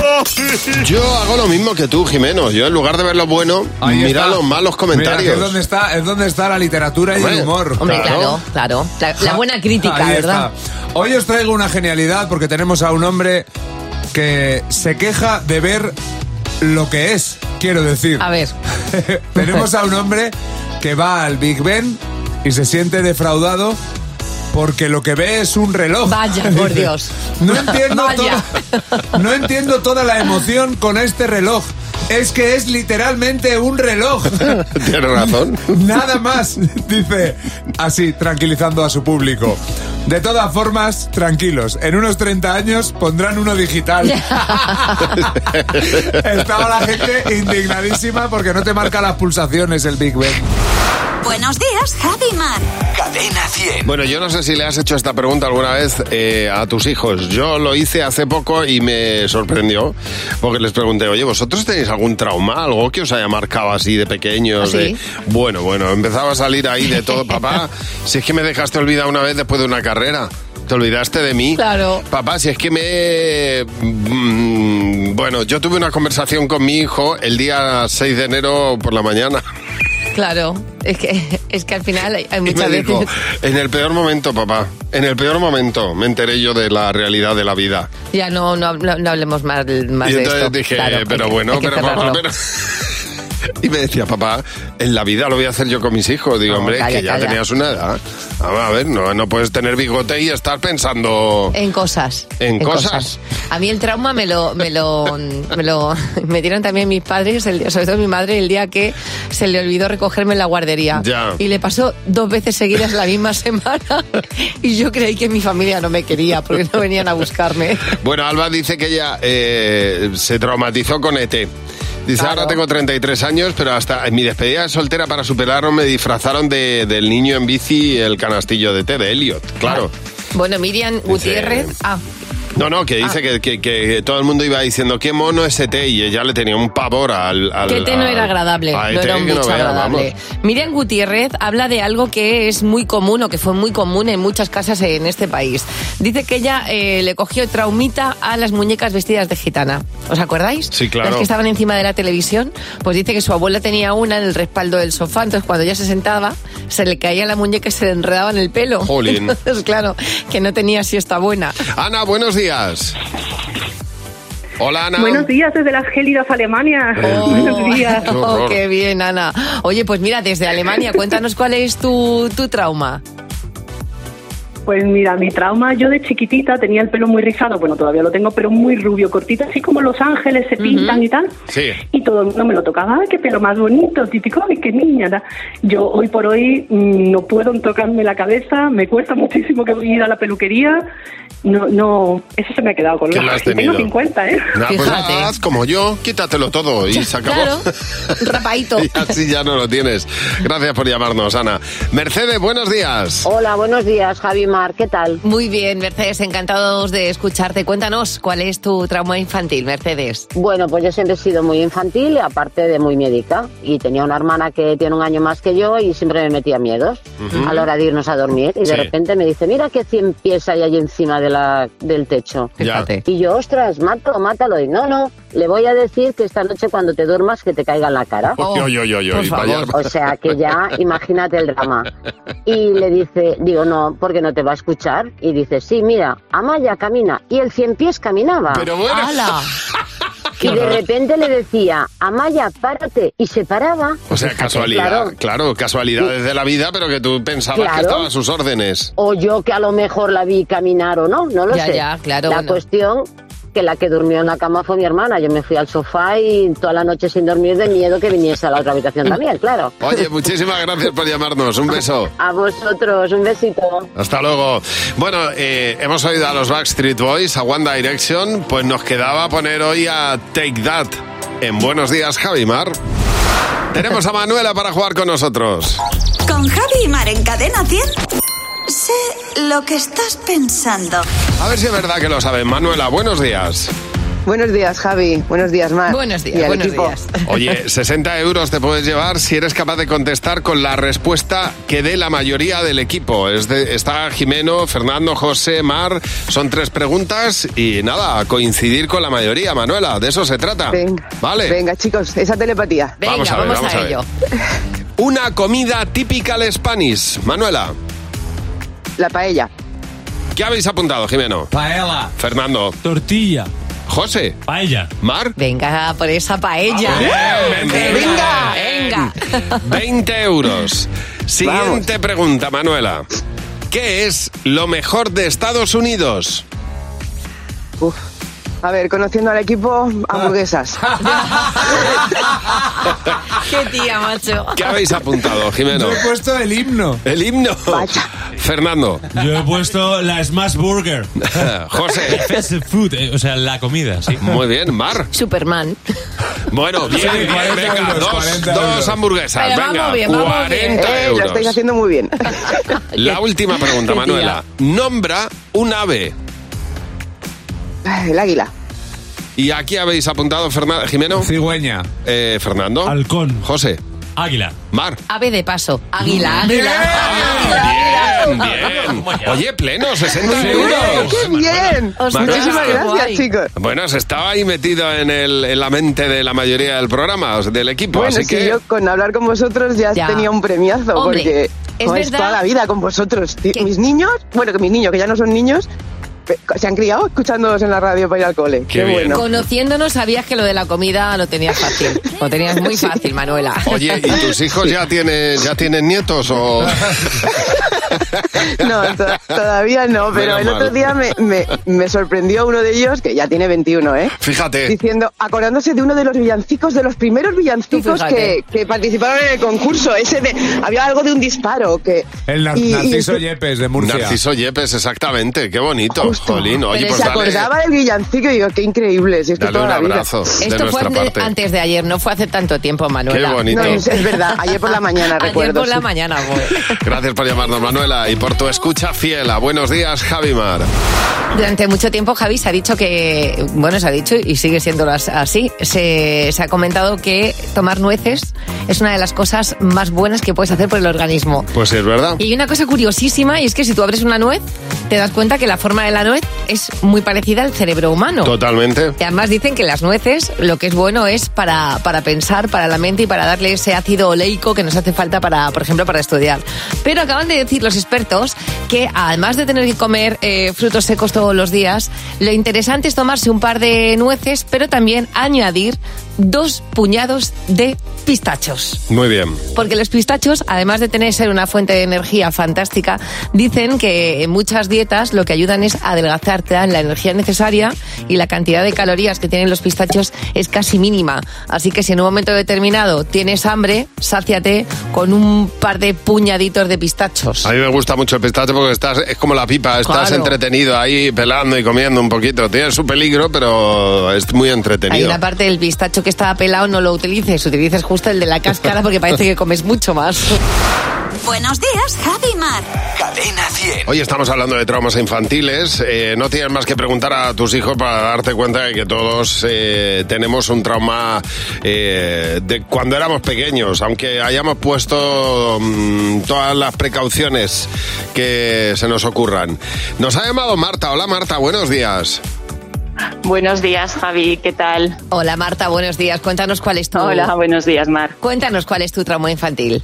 Speaker 3: Yo hago lo mismo que tú, Jimeno. Yo en lugar de ver lo bueno,
Speaker 22: Ahí
Speaker 3: mira
Speaker 22: está.
Speaker 3: los malos
Speaker 22: Mira,
Speaker 3: comentarios.
Speaker 22: es, donde está, es donde está la literatura y
Speaker 3: Hombre,
Speaker 22: el humor.
Speaker 4: Hombre, claro, claro. La, la buena crítica,
Speaker 22: Ahí
Speaker 4: ¿verdad?
Speaker 22: está. Hoy os traigo una genialidad porque tenemos a un hombre que se queja de ver lo que es, quiero decir. A
Speaker 4: ver.
Speaker 22: tenemos a un hombre que va al Big Ben y se siente defraudado porque lo que ve es un reloj.
Speaker 4: Vaya, por Dios.
Speaker 22: No entiendo
Speaker 4: Vaya.
Speaker 22: toda- no entiendo toda la emoción con este reloj. Es que es literalmente un reloj.
Speaker 3: Tienes razón.
Speaker 22: Nada más, dice, así, tranquilizando a su público. De todas formas, tranquilos, en unos 30 años pondrán uno digital. Estaba la gente indignadísima porque no te marca las pulsaciones el Big Ben.
Speaker 1: Buenos días, Javi y Mar.
Speaker 2: Cadena 100. bien.
Speaker 3: Bueno, yo no sé si le has hecho esta pregunta alguna vez eh, a tus hijos. Yo lo hice hace poco y me sorprendió porque les pregunté, oye, ¿vosotros tenéis algún trauma, algo que os haya marcado así de pequeños?
Speaker 5: ¿Ah, sí?
Speaker 3: de- Bueno, bueno, empezaba a salir ahí de todo, papá. Si es que me dejaste olvidar una vez después de una carrera. Te olvidaste de mí.
Speaker 4: Claro.
Speaker 3: Papá, si es que me... mm, Bueno, yo tuve una conversación con mi hijo el día 6 de enero por la mañana.
Speaker 4: Claro, es que, es que al final hay, hay muchas
Speaker 3: y me
Speaker 4: veces...
Speaker 3: dijo, en el peor momento, papá, en el peor momento me enteré yo de la realidad de la vida.
Speaker 4: Ya no, no, no- no hablemos más, más
Speaker 3: y
Speaker 4: de
Speaker 3: entonces
Speaker 4: esto.
Speaker 3: dije,
Speaker 4: Claro,
Speaker 3: pero
Speaker 4: hay que-
Speaker 3: bueno,
Speaker 4: hay que
Speaker 3: pero papá,
Speaker 4: cerrarlo.
Speaker 3: pero... Y me decía, papá, en la vida lo voy a hacer yo con mis hijos. Digo,
Speaker 4: No,
Speaker 3: hombre, es
Speaker 4: calla,
Speaker 3: que ya
Speaker 4: calla.
Speaker 3: tenías una edad. A ver, no, no puedes tener bigote y estar pensando...
Speaker 4: Eh, En cosas.
Speaker 3: En cosas.
Speaker 4: A mí el trauma me lo, me lo, me lo me dieron también mis padres, el día- sobre todo mi madre, el día que se le olvidó recogerme en la guardería.
Speaker 3: Ya.
Speaker 4: Y le pasó dos veces seguidas la misma semana. Y yo creí que mi familia no me quería porque no venían a buscarme.
Speaker 3: Bueno, Alba dice que ella eh, se traumatizó con ET. Dice, ahora tengo 33 años, pero hasta en mi despedida de soltera para superarlo me disfrazaron de- del niño en bici y el canastillo de té de Elliot, claro.
Speaker 4: Bueno, Miriam Gutiérrez. Ah,
Speaker 3: No, no, que dice que, que- que todo el mundo iba diciendo, qué mono es ET, y ella le tenía un pavor al... al-
Speaker 4: Que té no
Speaker 3: al-
Speaker 4: era agradable,
Speaker 3: a
Speaker 4: no
Speaker 3: ET
Speaker 4: era un
Speaker 3: que
Speaker 4: bicho
Speaker 3: vea,
Speaker 4: agradable.
Speaker 3: vamos.
Speaker 4: Miriam Gutiérrez habla de algo que es muy común o que fue muy común en muchas casas en este país. Dice que ella eh, le cogió traumita a las muñecas vestidas de gitana. ¿Os acordáis?
Speaker 3: Sí, claro.
Speaker 4: Las que estaban encima de la televisión. Pues dice que su abuela tenía una en el respaldo del sofá, entonces cuando ella se sentaba se le caía la muñeca y se le enredaba en el pelo.
Speaker 3: Jolín.
Speaker 4: Entonces, claro, que no tenía siesta buena.
Speaker 3: Ana, buenos días. Hola, Ana.
Speaker 6: Buenos días desde las gélidas Alemania.
Speaker 3: Oh.
Speaker 6: Buenos días.
Speaker 3: Qué horror.
Speaker 4: Oh, qué bien, Ana. Oye, pues mira, desde Alemania, cuéntanos cuál es tu, tu trauma.
Speaker 6: Pues mira, mi trauma, yo de chiquitita tenía el pelo muy rizado, bueno, todavía lo tengo, pero muy rubio, cortito, así como los ángeles se pintan y tal.
Speaker 3: Sí.
Speaker 6: Y todo el mundo me lo tocaba, ¡ay, qué pelo más bonito, típico, ay, qué niña! tal. Yo hoy por hoy mm, no puedo tocarme la cabeza, me cuesta muchísimo que ir a la peluquería. No, no, eso se me ha quedado con
Speaker 3: ¿Qué lo has
Speaker 6: Tengo
Speaker 3: tenido?
Speaker 6: 50, ¿eh?
Speaker 3: Nah, pues haz como yo, quítatelo todo y se acabó.
Speaker 6: claro.
Speaker 4: Rapaito.
Speaker 3: Y así ya no lo tienes. Gracias por llamarnos, Ana. Mercedes, buenos días.
Speaker 23: Hola, buenos días, Javi Mar, ¿qué tal?
Speaker 4: Muy bien, Mercedes, encantados de escucharte. Cuéntanos cuál es tu trauma infantil, Mercedes.
Speaker 23: Bueno, pues yo siempre he sido muy infantil, aparte de muy médica. Y tenía una hermana que tiene un año más que yo y siempre me metía miedos
Speaker 24: Ujú.
Speaker 23: a la hora de irnos a dormir. Y
Speaker 24: Sí.
Speaker 23: de repente me dice, mira qué 100 pies hay ahí encima de la, del techo.
Speaker 24: Fíjate.
Speaker 23: Y yo, ostras, mátalo, mátalo. Y no, no, le voy a decir que esta noche cuando te duermas que te caiga en la cara.
Speaker 24: Uy, uy, uy, uy, uy, Por vaya- favor.
Speaker 23: O sea, que ya imagínate el drama. Y le dice, digo, no, porque no te va a escuchar. Y dice, sí, mira, Amaya camina. Y el cien pies caminaba.
Speaker 24: Pero bueno. ¡Hala!
Speaker 23: Y de repente le decía, Amaya, párate. Y se paraba.
Speaker 3: O sea, casualidad, claro,
Speaker 23: claro.
Speaker 3: casualidades de la vida, pero que tú pensabas que
Speaker 23: Claro.
Speaker 3: estaba a sus órdenes.
Speaker 23: O yo que a lo mejor la vi caminar o no, no lo
Speaker 4: Ya,
Speaker 23: sé.
Speaker 4: ya, claro,
Speaker 23: la
Speaker 4: bueno.
Speaker 23: cuestión que la que durmió en la cama fue mi hermana. Yo me fui al sofá y toda la noche sin dormir de miedo que viniese a la otra habitación también, claro.
Speaker 3: Oye, muchísimas gracias por llamarnos. Un beso.
Speaker 23: A vosotros, un besito.
Speaker 3: Hasta luego. Bueno, eh, hemos oído a los Backstreet Boys, a One Direction, pues nos quedaba poner hoy a Take That. En Buenos Días, Javimar. Tenemos a Manuela para jugar con nosotros.
Speaker 1: Con Javi y Mar en Cadena 100. Sé lo que estás pensando.
Speaker 3: A ver si es verdad que lo saben. Manuela, buenos días.
Speaker 25: Buenos días, Javi. Buenos días, Mar.
Speaker 4: Buenos días,
Speaker 25: Y al
Speaker 4: buenos
Speaker 25: equipo.
Speaker 4: días.
Speaker 3: Oye, 60 euros te puedes llevar si eres capaz de contestar con la respuesta que dé la mayoría del equipo. Es de- está Jimeno, Fernando, José, Mar. Son tres preguntas y nada, a coincidir con la mayoría, Manuela. De eso se trata.
Speaker 25: Venga.
Speaker 3: Vale.
Speaker 25: Venga, chicos, esa telepatía.
Speaker 3: Venga, Vamos a ver, vamos vamos a a ello. Una comida típica al Spanish. Manuela,
Speaker 25: La paella.
Speaker 3: ¿qué habéis apuntado, Jimeno? Paella. Fernando. Tortilla. José. Paella. Mar. Ah,
Speaker 4: Venga, por esa paella.
Speaker 3: Bien, bien, bien.
Speaker 4: Venga, venga.
Speaker 3: 20 euros. Siguiente pregunta, Manuela. ¿Qué es lo mejor de Estados Unidos?
Speaker 25: A ver, conociendo al equipo, hamburguesas.
Speaker 4: Qué tía, macho.
Speaker 3: ¿Qué habéis apuntado, Jimeno?
Speaker 25: Yo he
Speaker 3: puesto el himno. El himno. Fernando.
Speaker 19: Yo he puesto la Smash Burger.
Speaker 3: José.
Speaker 19: Fast food, eh, o sea, la comida, sí.
Speaker 3: Muy bien, Mar.
Speaker 4: Superman.
Speaker 3: Bueno, bien,
Speaker 25: Sí,
Speaker 3: bien,
Speaker 25: 40
Speaker 3: venga,
Speaker 25: euros,
Speaker 3: dos,
Speaker 25: 40 euros.
Speaker 3: dos hamburguesas,
Speaker 25: Pero
Speaker 3: venga,
Speaker 25: vamos bien, vamos
Speaker 3: 40
Speaker 25: bien. Eh, lo
Speaker 3: euros.
Speaker 25: estáis haciendo muy bien.
Speaker 3: La última pregunta,
Speaker 25: Qué
Speaker 3: Manuela. Nombra un ave.
Speaker 25: El águila.
Speaker 3: Y aquí habéis apuntado, Fernando, Jimeno. Eh,
Speaker 22: Cigüeña.
Speaker 3: Fernando. Halcón. José.
Speaker 26: Águila.
Speaker 3: Mar.
Speaker 4: Ave de paso. Águila,
Speaker 3: Bien, bien. Oye, pleno, 60 euros.
Speaker 25: ¡Qué bien!
Speaker 3: Manuela.
Speaker 25: Muchísimas gracias, chicos.
Speaker 3: Bueno, se estaba ahí metido en, el- en la mente de la mayoría del programa, o sea, del equipo,
Speaker 25: Bueno,
Speaker 3: así
Speaker 25: si
Speaker 3: que...
Speaker 25: yo con hablar con vosotros ya,
Speaker 3: Ya.
Speaker 25: tenía un premiazo,
Speaker 3: Hombre,
Speaker 25: porque
Speaker 3: es
Speaker 25: joder,
Speaker 3: verdad
Speaker 25: toda la vida con vosotros. Ti- Mis niños, bueno, que mis niños, que ya no son niños, pe- se han criado escuchándolos en la radio para ir al cole. Qué, bueno.
Speaker 4: Conociéndonos sabías que lo de la comida lo tenías fácil. Lo tenías muy fácil, Manuela.
Speaker 3: Oye, ¿y tus hijos ya tienen, ya tienen nietos o...?
Speaker 25: No, to- todavía no, pero
Speaker 3: Menos
Speaker 25: el otro
Speaker 3: mal.
Speaker 25: día me, me- me sorprendió uno de ellos, que ya tiene 21, ¿eh?
Speaker 3: Fíjate.
Speaker 25: Diciendo, acordándose de uno de los villancicos, de los primeros villancicos
Speaker 22: fíjate.
Speaker 25: que, que participaron en el concurso. Ese de, había algo de un disparo que...
Speaker 22: El nar-
Speaker 25: y- y
Speaker 22: Narciso
Speaker 25: estu-
Speaker 22: Yepes de Murcia.
Speaker 3: Narciso Yepes, exactamente. Qué bonito, Jolín. Oye,
Speaker 25: Pero
Speaker 3: pues
Speaker 25: se
Speaker 3: dale,
Speaker 25: acordaba del villancico y digo, qué increíble, si es que
Speaker 3: dale
Speaker 25: toda
Speaker 3: un
Speaker 25: la vida.
Speaker 3: abrazo de
Speaker 4: Esto fue
Speaker 3: nuestra
Speaker 4: ante-
Speaker 3: parte.
Speaker 4: antes de ayer, no fue hace tanto tiempo, Manuela.
Speaker 3: Qué bonito. No, es- es
Speaker 25: verdad, ayer por la mañana,
Speaker 4: Ayer
Speaker 25: recuerdo,
Speaker 4: por la
Speaker 25: sí.
Speaker 4: mañana fue.
Speaker 3: Gracias por llamarnos, Manuela, y por tu escucha fiel. A Buenos días, Javimar.
Speaker 4: Durante mucho tiempo, Javi, se ha dicho que, bueno, se ha dicho y sigue siendo las- así, se, se ha comentado que tomar nueces es una de las cosas más buenas que puedes hacer por el organismo.
Speaker 3: Pues sí, es verdad.
Speaker 4: Y hay una cosa curiosísima y es que si tú abres una nuez, te das cuenta que la forma de la nuez es muy parecida al cerebro humano.
Speaker 3: Totalmente.
Speaker 4: Y además dicen que las nueces lo que es bueno es para, para pensar, para la mente y para darle ese ácido oleico que nos hace falta para, por ejemplo, para estudiar. Pero acaban de decir los expertos que además de tener que comer eh, frutos secos todos los días, lo interesante es tomarse un par de nueces, pero también añadir dos puñados de pistachos.
Speaker 3: Muy bien.
Speaker 4: Porque los pistachos, además de tener ser una fuente de energía fantástica, dicen que en muchas dietas lo que ayudan es a adelgazar, te dan la energía necesaria y la cantidad de calorías que tienen los pistachos es casi mínima. Así que si en un momento determinado tienes hambre, sáciate con un par de puñaditos de pistachos.
Speaker 3: A mí me gusta mucho el pistacho porque estás, es como la pipa, estás
Speaker 4: Claro.
Speaker 3: entretenido ahí pelando y comiendo un poquito. Tiene su peligro, pero es muy
Speaker 4: Hay
Speaker 3: entretenido.
Speaker 4: una parte del pistacho que está pelado, no lo utilices, utilices justo el de la cáscara porque parece que comes mucho más.
Speaker 1: Buenos días, Javi y Mar.
Speaker 3: Hoy estamos hablando de traumas infantiles. Eh, no tienes más que preguntar a tus hijos para darte cuenta de que todos eh, tenemos un trauma eh, de cuando éramos pequeños. Aunque hayamos puesto mm, todas las precauciones que se nos ocurran. Nos ha llamado Marta. Hola Marta, buenos días.
Speaker 10: Buenos días, Javi, ¿qué tal?
Speaker 4: Hola Marta, buenos días. Cuéntanos cuál es tu.
Speaker 10: Hola, buenos días, Mar.
Speaker 4: Cuéntanos cuál es tu trauma infantil.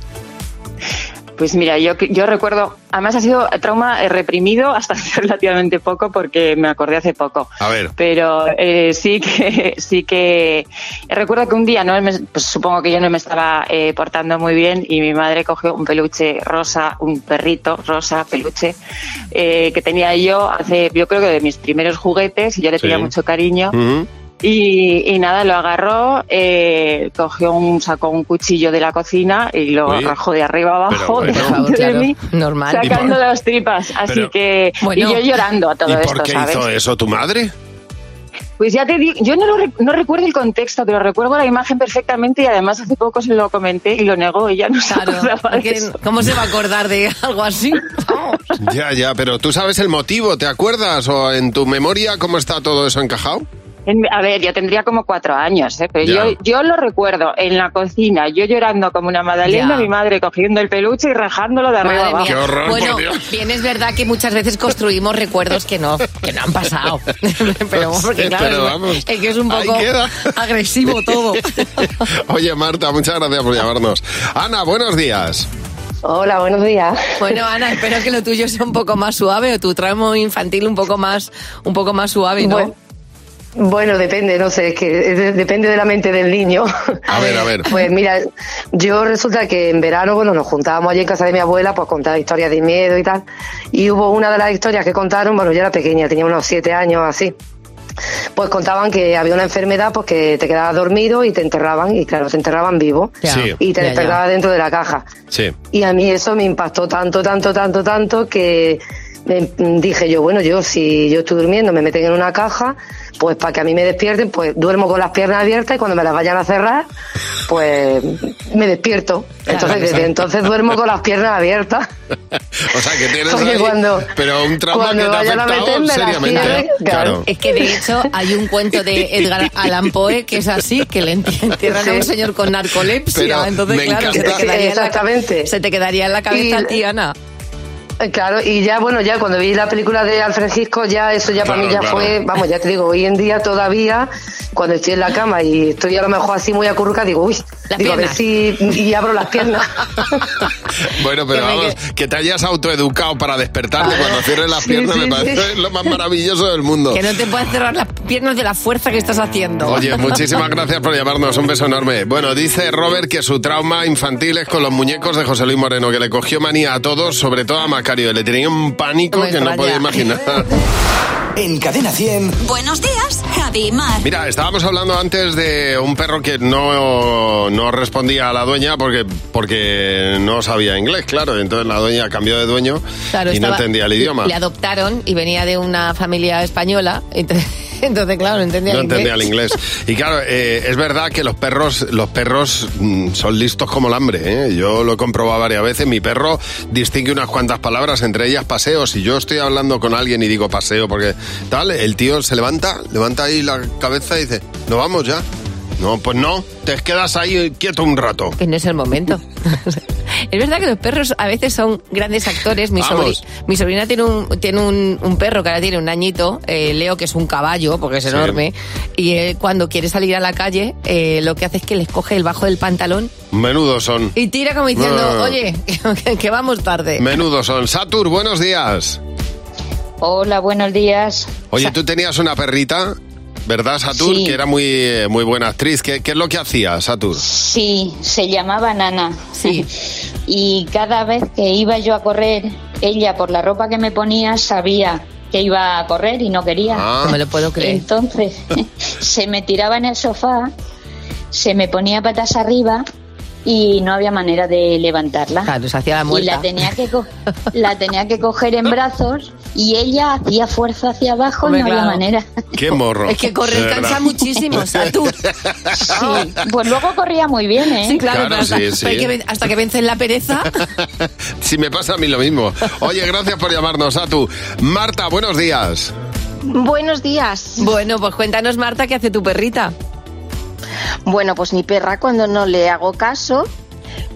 Speaker 10: Pues mira, yo, yo recuerdo, además ha sido trauma eh, reprimido hasta hace relativamente poco porque me acordé hace poco.
Speaker 3: A ver.
Speaker 10: Pero eh, sí que sí que recuerdo que un día, no, Me- pues supongo que yo no me estaba eh, portando muy bien y mi madre cogió un peluche rosa, un perrito rosa peluche eh, que tenía yo hace, yo creo que de mis primeros juguetes y yo le
Speaker 13: Sí.
Speaker 10: tenía mucho cariño.
Speaker 13: Ujú.
Speaker 10: Y, y nada, lo agarró, eh, cogió un, sacó un cuchillo de la cocina y lo
Speaker 4: Uy.
Speaker 10: rajó de arriba abajo
Speaker 4: Por
Speaker 10: delante
Speaker 4: favor,
Speaker 10: de
Speaker 4: claro,
Speaker 10: mí,
Speaker 4: normal.
Speaker 10: sacando las tripas. Así
Speaker 3: Pero-
Speaker 10: que,
Speaker 3: Bueno.
Speaker 10: y yo llorando a todo
Speaker 3: ¿Y
Speaker 10: esto,
Speaker 3: por qué
Speaker 10: ¿sabes?
Speaker 3: hizo eso tu madre?
Speaker 10: Pues ya te digo, yo no, lo re- no recuerdo el contexto, pero recuerdo la imagen perfectamente y además hace poco se lo comenté y lo negó y ya no se acordaba de
Speaker 4: Porque,
Speaker 10: eso.
Speaker 4: ¿Cómo se va a acordar de algo así?
Speaker 3: Ya, ya, pero tú sabes el motivo, ¿te acuerdas? ¿O en tu memoria cómo está todo eso encajado?
Speaker 10: En- a ver, yo tendría como cuatro años, ¿eh? pero
Speaker 3: Ya.
Speaker 10: yo, yo lo recuerdo en la cocina, yo llorando como una magdalena,
Speaker 4: Ya.
Speaker 10: mi madre cogiendo el peluche y rajándolo de arriba
Speaker 4: Madre
Speaker 10: abajo.
Speaker 4: mía. bueno, bien es verdad que muchas veces construimos recuerdos que no, que no han pasado. pero porque,
Speaker 3: Sí,
Speaker 4: claro,
Speaker 3: Eh, pero
Speaker 4: es-
Speaker 3: vamos.
Speaker 4: es que es un
Speaker 3: Ahí
Speaker 4: poco
Speaker 3: queda.
Speaker 4: agresivo todo.
Speaker 3: Oye, Marta, muchas gracias por llamarnos. Ana, buenos días.
Speaker 4: Hola, buenos días. Bueno, Ana, espero que lo tuyo sea un poco más suave o tu tramo infantil un poco más, un poco más suave, ¿no?
Speaker 8: Bueno, depende, no sé, es que eh, de- depende de la mente del niño.
Speaker 3: A ver, a ver.
Speaker 8: Pues mira, yo resulta que en verano, bueno, nos juntábamos allí en casa de mi abuela, pues contar historias de miedo y tal. Y hubo una de las historias que contaron, bueno, yo era pequeña, tenía unos siete años así. Pues contaban que había una enfermedad, pues que te quedabas dormido y te enterraban, y claro, te enterraban vivo.
Speaker 3: Ya, Sí.
Speaker 8: Y
Speaker 3: ya,
Speaker 8: te
Speaker 3: ya.
Speaker 8: despertabas dentro de la caja.
Speaker 3: Sí.
Speaker 8: Y a mí eso me impactó tanto, tanto, tanto, tanto que me- dije yo, bueno, yo si yo estoy durmiendo, me meten en una caja, pues para que a mí me despierten, pues duermo con las piernas abiertas y cuando me las vayan a cerrar, pues me despierto. Entonces, desde entonces duermo con las piernas abiertas.
Speaker 3: O sea, que tienes
Speaker 8: Porque
Speaker 3: ahí,
Speaker 8: cuando-
Speaker 3: pero un trauma que
Speaker 8: cuando
Speaker 3: te ha
Speaker 8: vayan a
Speaker 3: afectado
Speaker 8: meterme las
Speaker 3: seriamente.
Speaker 8: piernas,
Speaker 3: ¿eh? Claro.
Speaker 4: Es que de hecho hay un cuento de Edgar Allan Poe que es así, que le entierran a un señor con narcolepsia.
Speaker 8: Pero
Speaker 4: Entonces,
Speaker 8: me
Speaker 4: claro, se te,
Speaker 8: encanta-
Speaker 4: quedaría en la,
Speaker 8: Exactamente.
Speaker 4: se te quedaría en la cabeza
Speaker 8: Y-
Speaker 4: a ti, Ana.
Speaker 8: Eh, Claro, y ya, bueno, ya cuando vi la película de Alfred Hitchcock, ya eso ya para
Speaker 4: Claro,
Speaker 8: mí ya
Speaker 4: claro.
Speaker 8: fue, vamos, ya te digo, hoy en día todavía, cuando estoy en la cama y estoy a lo mejor así muy acurrucada, digo, uy, digo, a ver
Speaker 3: piernas.
Speaker 8: si, y abro las piernas.
Speaker 3: Bueno, pero vamos, que te hayas autoeducado para despertarte cuando cierres las
Speaker 4: Sí,
Speaker 3: piernas
Speaker 4: sí,
Speaker 3: me parece
Speaker 4: sí.
Speaker 3: lo más maravilloso del mundo.
Speaker 4: Que no te puedes cerrar las piernas de la fuerza que estás haciendo.
Speaker 3: Oye, muchísimas gracias por llamarnos, un beso enorme. Bueno, dice Robert que su trauma infantil es con los muñecos de José Luis Moreno, que le cogió manía a todos, sobre todo a Macario, le tenía un pánico
Speaker 2: No me
Speaker 3: que no
Speaker 2: extraña.
Speaker 3: podía imaginar.
Speaker 2: En Cadena 100.
Speaker 1: Buenos días, Javi y Mar.
Speaker 3: Mira, estábamos hablando antes de un perro que no, no respondía a la dueña porque, porque no sabía inglés, claro. Entonces la dueña cambió de dueño y
Speaker 4: estaba-
Speaker 3: no entendía el idioma.
Speaker 4: Le adoptaron y venía de una familia española. Entonces, entonces, claro, no entendía
Speaker 3: No
Speaker 4: el inglés.
Speaker 3: entendía el inglés. Y claro, eh, es verdad que los perros, los perros mm, son listos como el hambre. ¿eh? Yo lo he comprobado varias veces. Mi perro distingue unas cuantas palabras, entre ellas paseo. Si yo estoy hablando con alguien y digo paseo, porque tal, el tío se levanta, levanta ahí la cabeza y dice, ¿no vamos ya? No, pues no, te quedas ahí quieto un rato.
Speaker 4: Que no es el momento. Es verdad que los perros a veces son grandes actores. Mi,
Speaker 3: Vamos.
Speaker 4: sobri- mi sobrina tiene, un, tiene un, un perro que ahora tiene un añito, eh, Leo, que es un caballo, porque es
Speaker 7: Sí.
Speaker 4: enorme. Y él, cuando quiere salir a la calle, eh, lo que hace es que les coge el bajo del pantalón
Speaker 3: Menudos son.
Speaker 4: y tira como diciendo,
Speaker 3: No, no, no.
Speaker 4: oye, que, que vamos tarde.
Speaker 3: Menudos son. Satur, buenos días.
Speaker 9: Hola, buenos días.
Speaker 3: Oye, tú tenías una perrita, ¿verdad, Satur?
Speaker 9: Sí.
Speaker 3: Que era muy, eh, muy buena actriz. ¿Qué, qué es lo que hacía, Satur?
Speaker 9: Sí, se llamaba Nana. Sí. Y cada vez que iba yo a correr, ella por la ropa que me ponía sabía que iba a correr y no quería.
Speaker 4: Ah. No me lo puedo creer.
Speaker 9: Entonces se me tiraba en el sofá, se me ponía patas arriba y no había manera de levantarla.
Speaker 4: Claro, se hacía la
Speaker 9: y
Speaker 4: muerta.
Speaker 9: la tenía que co- la tenía que coger en brazos y ella hacía fuerza hacia abajo y
Speaker 4: Hombre,
Speaker 9: no había
Speaker 4: claro.
Speaker 9: manera.
Speaker 3: Qué morro.
Speaker 4: Es que correr
Speaker 3: De verdad.
Speaker 4: cansa muchísimo, Satur.
Speaker 9: Sí, pues luego corría muy bien, ¿eh?
Speaker 4: Sí, claro,
Speaker 3: Claro,
Speaker 4: pero hasta,
Speaker 3: sí, sí.
Speaker 4: pero hay que ven- hasta que vences la pereza.
Speaker 3: Si me pasa a mí lo mismo. Oye, gracias por llamarnos, Satu. Marta, buenos días.
Speaker 10: Buenos días.
Speaker 4: Bueno, pues cuéntanos, Marta, ¿qué hace tu perrita?
Speaker 10: Bueno, pues mi perra cuando no le hago caso,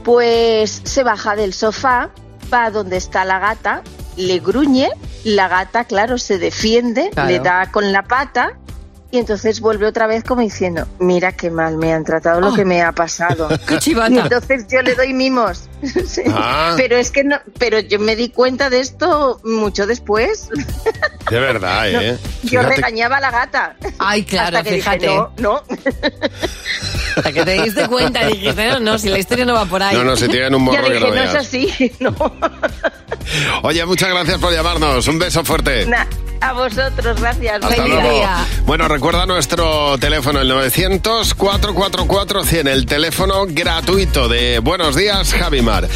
Speaker 10: pues se baja del sofá, va donde está la gata, le gruñe, la gata, claro, se defiende,
Speaker 11: Claro.
Speaker 10: le da con la pata y entonces vuelve otra vez como diciendo, mira qué mal me han tratado
Speaker 4: Ah.
Speaker 10: lo que me ha pasado.
Speaker 11: ¡Qué chivata!
Speaker 10: Y entonces yo le doy mimos. Sí.
Speaker 3: Ah.
Speaker 10: Pero es que no, pero yo me di cuenta de esto mucho después.
Speaker 3: De verdad, ¿eh?
Speaker 10: Yo
Speaker 3: Fíjate-
Speaker 10: regañaba a la gata.
Speaker 4: Ay, claro,
Speaker 10: Hasta que dije,
Speaker 4: fíjate.
Speaker 10: "No, no,
Speaker 4: Hasta que te diste cuenta y dijiste, no, no, si la historia no va por ahí.
Speaker 3: No, no, si tienen un morro que lo veas.
Speaker 10: así, no.
Speaker 3: Oye, muchas gracias por llamarnos. Un beso fuerte.
Speaker 10: Na- a vosotros, gracias.
Speaker 3: Hasta luego. Bueno, recuerda nuestro teléfono, el 900-444-100, el teléfono gratuito de Buenos Días, Javimar.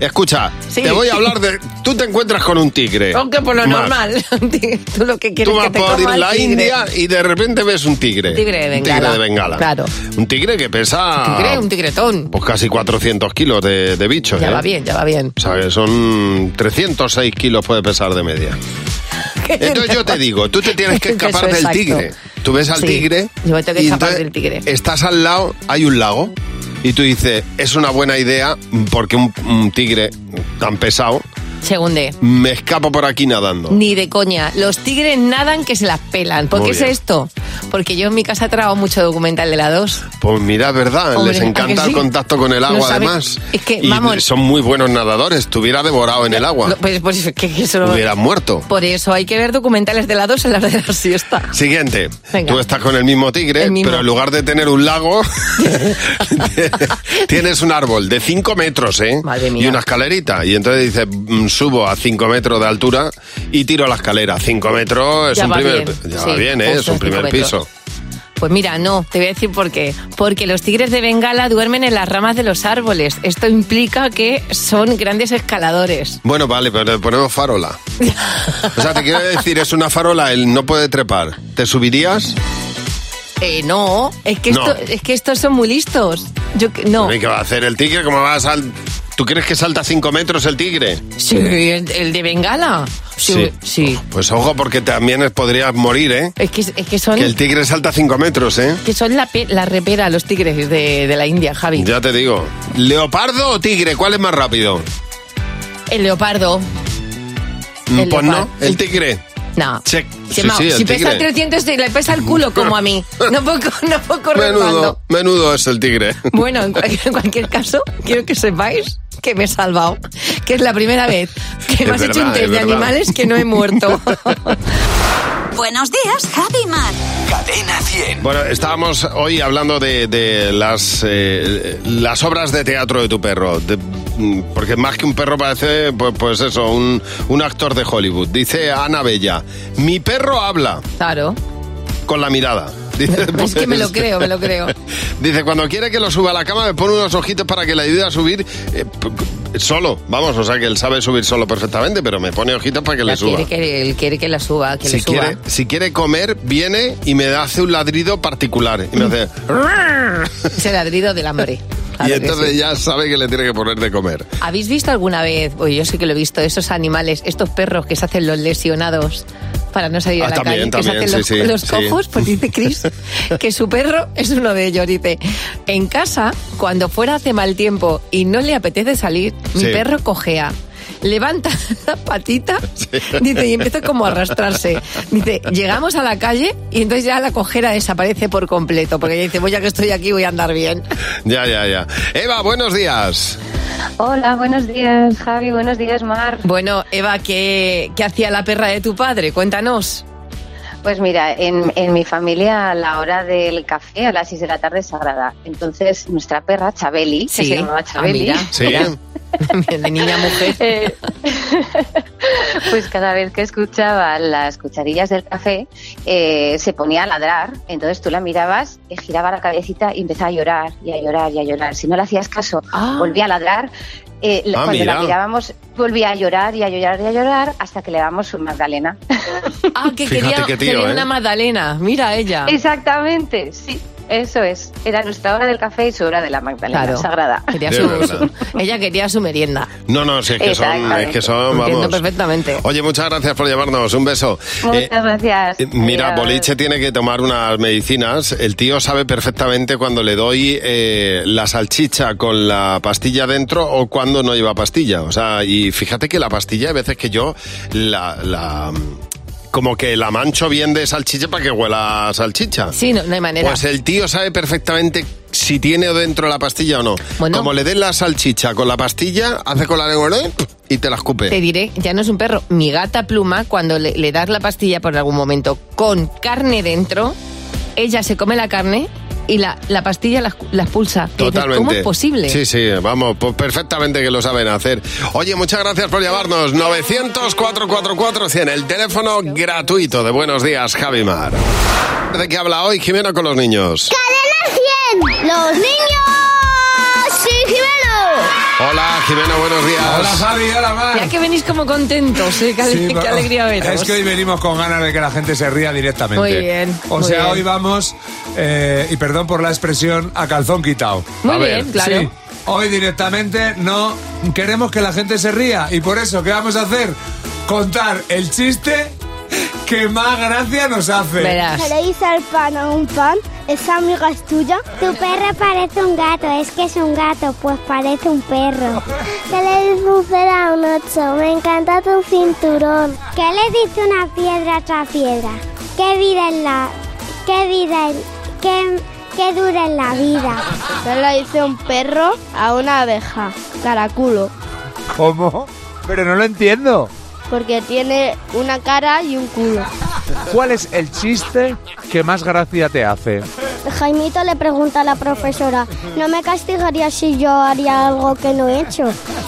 Speaker 3: Escucha,
Speaker 4: Sí.
Speaker 3: te voy a hablar de... Tú te encuentras con un tigre.
Speaker 4: Aunque por lo
Speaker 3: Mar.
Speaker 4: normal. Tú lo que quieres es
Speaker 3: Tú vas
Speaker 4: que te
Speaker 3: por
Speaker 4: coma el
Speaker 3: la
Speaker 4: tigre.
Speaker 3: India y de repente ves un tigre.
Speaker 4: Un tigre de
Speaker 3: Un
Speaker 4: Bengala.
Speaker 3: tigre de Bengala.
Speaker 4: Claro.
Speaker 3: Un tigre que pesa...
Speaker 4: Un tigre, un tigretón.
Speaker 3: Pues casi 400 kilos de, de bicho.
Speaker 4: Ya
Speaker 3: ¿eh?
Speaker 4: va bien, ya va bien.
Speaker 3: O sea, que son 306 kilos puede pesar de media. Entonces yo te digo, tú te tienes que
Speaker 4: El peso
Speaker 3: escapar del
Speaker 4: exacto.
Speaker 3: tigre. Tú ves al
Speaker 4: Sí,
Speaker 3: tigre
Speaker 4: Yo me tengo que
Speaker 3: y
Speaker 4: escapar
Speaker 3: entonces
Speaker 4: del tigre.
Speaker 3: estás al lado, hay un lago, y tú dices, es una buena idea porque un, un tigre tan pesado,
Speaker 4: Segunde.
Speaker 3: me escapo por aquí nadando.
Speaker 4: Ni de coña. Los tigres nadan que se las pelan. ¿Por
Speaker 3: Muy
Speaker 4: qué es
Speaker 3: bien.
Speaker 4: esto? Porque yo en mi casa trago mucho documental de la 2.
Speaker 3: Pues mira, verdad,
Speaker 4: Hombre,
Speaker 3: les
Speaker 4: ¿a
Speaker 3: encanta
Speaker 4: que
Speaker 3: el
Speaker 4: sí?
Speaker 3: contacto con el
Speaker 4: No
Speaker 3: agua
Speaker 4: sabe-
Speaker 3: además.
Speaker 4: es que,
Speaker 3: y
Speaker 4: vamos-
Speaker 3: son muy buenos nadadores, estuviera devorado en el agua.
Speaker 4: No, pues, pues es que eso...
Speaker 3: Hubieran muerto.
Speaker 4: Por eso hay que ver documentales de la 2 en la hora de la siesta.
Speaker 3: Siguiente,
Speaker 4: Venga.
Speaker 3: tú estás con el mismo tigre,
Speaker 4: El mismo.
Speaker 3: pero en lugar de tener un lago, tienes un árbol de 5 metros, ¿eh? Y una escalerita. Y entonces dices, mm, subo a 5 metros de altura y tiro la escalera. 5 metros es
Speaker 4: Ya
Speaker 3: un
Speaker 4: va
Speaker 3: primer,
Speaker 4: bien,
Speaker 3: ya
Speaker 4: sí,
Speaker 3: va bien, ¿eh?
Speaker 4: justo
Speaker 3: Es un
Speaker 4: cinco
Speaker 3: primer
Speaker 4: metros.
Speaker 3: piso.
Speaker 4: Pues mira, no, te voy a decir por qué. Porque los tigres de Bengala duermen en las ramas de los árboles. Esto implica que son grandes escaladores.
Speaker 3: Bueno, vale, pero le ponemos farola. O sea, te quiero decir, es una farola, él no puede trepar. ¿Te subirías?
Speaker 4: Eh, no, es que,
Speaker 3: No.
Speaker 4: Esto, es que estos son muy listos. Yo que- no.
Speaker 3: ¿Y ¿Qué va a hacer el tigre? ¿Cómo va a sal... ¿Tú crees que salta 5 metros el tigre?
Speaker 4: Sí, el, el de Bengala. Sí.
Speaker 3: Pues ojo, porque también es- podrías morir, ¿eh?
Speaker 4: Es que, es que son,
Speaker 3: Que el tigre salta 5 metros, ¿eh?
Speaker 4: que son la, pe- la repera, los tigres de, de la India, Javi.
Speaker 3: Ya te digo. ¿Leopardo o tigre? ¿Cuál es más rápido?
Speaker 4: El leopardo.
Speaker 3: Mm,
Speaker 4: El
Speaker 3: pues no,
Speaker 4: leopardo.
Speaker 3: el tigre.
Speaker 4: No.
Speaker 3: Check.
Speaker 4: Si,
Speaker 3: Sí,
Speaker 4: ma-
Speaker 3: sí, el
Speaker 4: si pesa
Speaker 3: tigre.
Speaker 4: 300 te le pesa el culo como a mí. No puedo, no puedo correr tanto.
Speaker 3: Menudo, menudo es el tigre.
Speaker 4: Bueno, en, cual- en cualquier caso, quiero que sepáis que me he salvado. Que es la primera vez que me
Speaker 3: Es
Speaker 4: has hecho
Speaker 3: verdad,
Speaker 4: un
Speaker 3: es
Speaker 4: test de
Speaker 3: verdad.
Speaker 4: animales que no he muerto.
Speaker 1: Buenos días, Javi Mar.
Speaker 2: Cadena 100.
Speaker 3: Bueno, estábamos hoy hablando de, de las, eh, las obras de teatro de tu perro. de- mm, porque más que un perro parece, pues, pues eso, un, un actor de Hollywood. Dice Ana Bella, mi perro habla
Speaker 4: Claro.
Speaker 3: con la mirada. Dice,
Speaker 4: Es que me lo
Speaker 3: pues,
Speaker 4: creo, me lo creo.
Speaker 3: Dice, cuando quiere que lo suba a la cama, me pone unos ojitos para que le ayude a subir eh, p- solo. Vamos, o sea que él sabe subir solo perfectamente, pero me pone ojitos para que
Speaker 4: La
Speaker 3: le suba.
Speaker 4: quiere, que, él quiere que la suba, que
Speaker 3: Si
Speaker 4: le suba.
Speaker 3: quiere, si quiere comer, viene y me hace un ladrido particular. Y me hace...
Speaker 4: Ese ladrido del hambre.
Speaker 3: Y
Speaker 4: Mm, Claro que
Speaker 3: entonces
Speaker 4: sí.
Speaker 3: ya sabe que le tiene que poner de comer.
Speaker 4: ¿Habéis visto alguna vez, o yo sí que lo he visto, esos animales, estos perros que se hacen los lesionados para no salir
Speaker 3: Ah,
Speaker 4: a la
Speaker 3: también,
Speaker 4: calle, que
Speaker 3: también,
Speaker 4: se hacen
Speaker 3: sí,
Speaker 4: los,
Speaker 3: sí,
Speaker 4: los
Speaker 3: sí.
Speaker 4: cojos? Pues dice Chris que su perro es uno de ellos. Dice, en casa, cuando fuera hace mal tiempo y no le apetece salir, mi
Speaker 7: Sí.
Speaker 4: perro cojea. Levanta la patita, dice, y empieza como a arrastrarse. Dice, llegamos a la calle y entonces ya la cojera desaparece por completo, porque ya dice, voy ya que estoy aquí, voy a andar bien.
Speaker 3: Ya, ya, ya. Eva, buenos días.
Speaker 11: Hola, buenos días, Javi. Buenos días, Mar.
Speaker 4: Bueno, Eva, ¿qué, qué hacía la perra de tu padre? Cuéntanos.
Speaker 11: Pues mira, en, en mi familia la hora del café a las 6 de la tarde es sagrada. Entonces, nuestra perra Chabeli, que se llamaba
Speaker 4: Ah,
Speaker 11: Chabeli,
Speaker 3: Sí.
Speaker 4: de niña a mujer.
Speaker 11: eh, pues cada vez que escuchaba las cucharillas del café, eh, se ponía a ladrar. Entonces tú la mirabas, eh, giraba la cabecita y empezaba a llorar y a llorar y a llorar. Si no le hacías caso,
Speaker 4: Ah.
Speaker 11: volvía a ladrar. Eh, la-
Speaker 12: Ah,
Speaker 11: cuando la
Speaker 12: mira.
Speaker 11: mirábamos, volvía a llorar y a llorar y a llorar hasta que le damos su magdalena.
Speaker 4: Ah, que
Speaker 11: Fíjate
Speaker 4: quería,
Speaker 11: qué tío,
Speaker 4: quería
Speaker 11: ¿eh?
Speaker 4: una Magdalena. Mira ella.
Speaker 11: Exactamente, sí, eso es. Era nuestra hora del café y su hora de la Magdalena
Speaker 4: Claro.
Speaker 11: Sagrada.
Speaker 4: Quería
Speaker 3: De
Speaker 4: su-
Speaker 3: verdad.
Speaker 4: ella quería su merienda.
Speaker 3: No, no, si es que son,
Speaker 11: Exactamente.
Speaker 3: es que son,
Speaker 4: Entiendo
Speaker 3: vamos.
Speaker 4: perfectamente.
Speaker 3: Oye, muchas gracias por llamarnos. Un beso.
Speaker 11: Muchas
Speaker 3: Eh,
Speaker 11: gracias.
Speaker 3: Eh, Mira,
Speaker 11: Adiós.
Speaker 3: Boliche tiene que tomar unas medicinas. El tío sabe perfectamente cuando le doy eh, la salchicha con la pastilla dentro o cuando no lleva pastilla. O sea, y fíjate que la pastilla, hay veces que yo la. la- como que la mancho bien de salchicha para que huela a salchicha.
Speaker 4: Sí, no, no hay manera.
Speaker 3: Pues el tío sabe perfectamente si tiene dentro la pastilla o no.
Speaker 4: Bueno.
Speaker 3: Como le den la salchicha con la pastilla, hace con la lengua ¿no? y te la escupe.
Speaker 4: Te diré, ya no es un perro. Mi gata pluma, cuando le, le das la pastilla por algún momento con carne dentro, ella se come la carne y la, la pastilla la, la expulsa. Que dices,
Speaker 3: Totalmente.
Speaker 4: ¿Cómo es posible?
Speaker 3: Sí, sí, vamos, pues perfectamente que lo saben hacer. Oye, muchas gracias por llamarnos. 900-444-100, el teléfono gratuito de Buenos Días, Javi Mar. ¿De qué habla hoy Jimeno con los niños?
Speaker 13: ¡Cadena 100! ¡Los niños! ¡Sí, Jimeno!
Speaker 3: Hola, Jimeno, buenos días.
Speaker 22: Hola, Javi, hola, Mar.
Speaker 4: Ya que venís como contentos, ¿eh? qué, ale-
Speaker 22: Sí,
Speaker 4: qué
Speaker 22: va-
Speaker 4: alegría veros.
Speaker 22: Es que hoy venimos con ganas de que la gente se ría directamente.
Speaker 4: Muy bien,
Speaker 22: O
Speaker 4: muy
Speaker 22: sea,
Speaker 4: bien.
Speaker 22: hoy vamos, eh, y perdón por la expresión, a calzón quitado.
Speaker 4: Muy A ver. bien, claro.
Speaker 22: Sí, hoy directamente no queremos que la gente se ría. Y por eso, ¿qué vamos a hacer? Contar el chiste que más gracia nos hace.
Speaker 13: Se le dice al pan a un pan, esa amiga es tuya. Tu perro parece un gato, es que es un gato, pues parece un perro. Se le dice un cero a un ocho, me encanta tu cinturón. ¿Qué le dice una piedra a otra piedra? ¿Qué vida es la... qué vida es... qué... qué dura es la vida? Se le dice un perro a una abeja, caraculo.
Speaker 22: ¿Cómo? Pero no lo entiendo.
Speaker 13: Porque tiene una cara y un culo.
Speaker 22: ¿Cuál es el chiste que más gracia te hace?
Speaker 13: Jaimito le pregunta a la profesora, ¿no me castigaría si yo haría algo que no he hecho?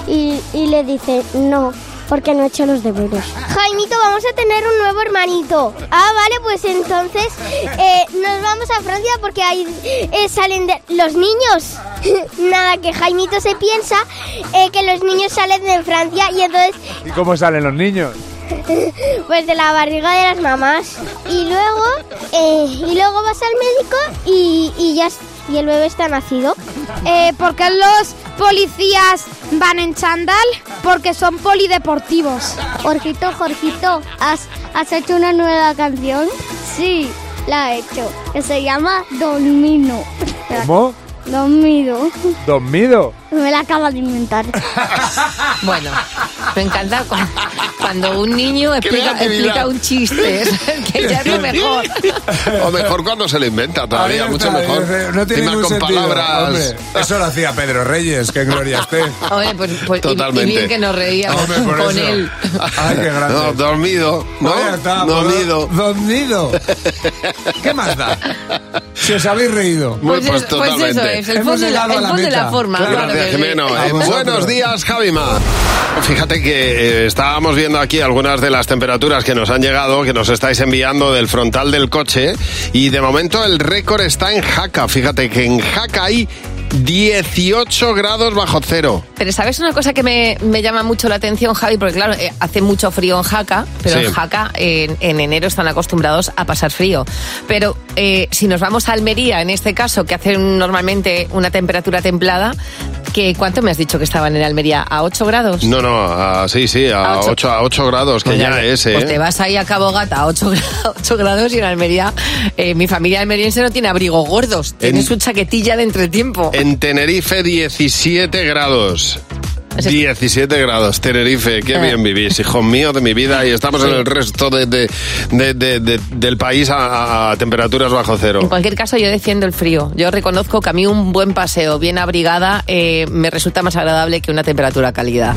Speaker 13: Y, y le dice, no, porque no echo los de menos. Jaimito, vamos a tener un nuevo hermanito. Ah, vale, pues entonces eh, nos vamos a Francia porque ahí eh, salen de- los niños. Nada, que Jaimito se piensa eh, que los niños salen de Francia y entonces
Speaker 22: ¿Y cómo salen los niños?
Speaker 13: pues de la barriga de las mamás. Y luego, eh, y luego vas al médico y, y ya es- y el bebé está nacido.
Speaker 7: Eh, ¿Por qué los policías van en chándal? Porque son polideportivos.
Speaker 13: Jorgito, Jorgito, ¿has, ¿has hecho una nueva canción? Sí, la he hecho. Que se llama Domino.
Speaker 22: ¿Cómo?
Speaker 13: Dormido.
Speaker 22: ¿Dormido?
Speaker 13: Me la acabo de inventar.
Speaker 4: Bueno, me encanta cu- cuando un niño explica,
Speaker 3: creatividad.
Speaker 4: explica un chiste, es que ya es lo mejor.
Speaker 3: O mejor cuando se lo inventa todavía,
Speaker 22: Ahí
Speaker 3: mucho
Speaker 22: está,
Speaker 3: mejor.
Speaker 22: dice, No tiene
Speaker 3: Encima
Speaker 22: ningún
Speaker 3: con
Speaker 22: sentido,
Speaker 3: palabras.
Speaker 22: hombre. eso lo hacía Pedro Reyes, que en gloria esté.
Speaker 4: Hombre, pues, pues y-
Speaker 3: Totalmente.
Speaker 4: y bien que nos reíamos
Speaker 22: Hombre, por
Speaker 4: con
Speaker 22: eso.
Speaker 4: él.
Speaker 22: Ay, qué grande.
Speaker 3: No, dormido. No,
Speaker 22: Ahí está,
Speaker 3: dormido.
Speaker 22: Dormido. ¿Qué más da? Si os habéis reído.
Speaker 3: Muy, Pues pues, es- pues totalmente. eso
Speaker 4: es, el fondo de la- el fondo de la forma, claro
Speaker 3: Gracias, Jimeno. Eh, buenos días, Javima. Fíjate que eh, estábamos viendo aquí algunas de las temperaturas que nos han llegado, que nos estáis enviando del frontal del coche, y de momento el récord está en Jaca. Fíjate que en Jaca hay 18 grados bajo cero.
Speaker 4: Pero ¿sabes una cosa que me, me llama mucho la atención, Javi? Porque claro, eh, hace mucho frío en Jaca, pero
Speaker 3: Sí.
Speaker 4: en Jaca en, en enero están acostumbrados a pasar frío. Pero eh, si nos vamos a Almería, en este caso, que hace un- normalmente una temperatura templada, que ¿cuánto me has dicho que estaban en Almería? ¿A 8 grados?
Speaker 3: No, no, a- sí, sí, a,
Speaker 4: A ocho.
Speaker 3: 8, a 8 grados, que
Speaker 4: Pues
Speaker 3: ya es, ¿eh?
Speaker 4: Pues te vas ahí a Cabo Gata a 8, grados y en Almería, eh, mi familia almeriense no tiene abrigos gordos, tiene
Speaker 3: En-
Speaker 4: su chaquetilla de entretiempo.
Speaker 3: En Tenerife 17 grados. 17 grados, Tenerife, qué
Speaker 4: Eh.
Speaker 3: bien vivís, hijo mío de mi vida, y estamos en el resto de, de- de- de- de- del país a, a- a temperaturas bajo
Speaker 4: En
Speaker 3: cero.
Speaker 4: cualquier caso, yo defiendo el frío. Yo reconozco que a mí un buen paseo bien abrigada eh, me resulta más agradable que una temperatura cálida.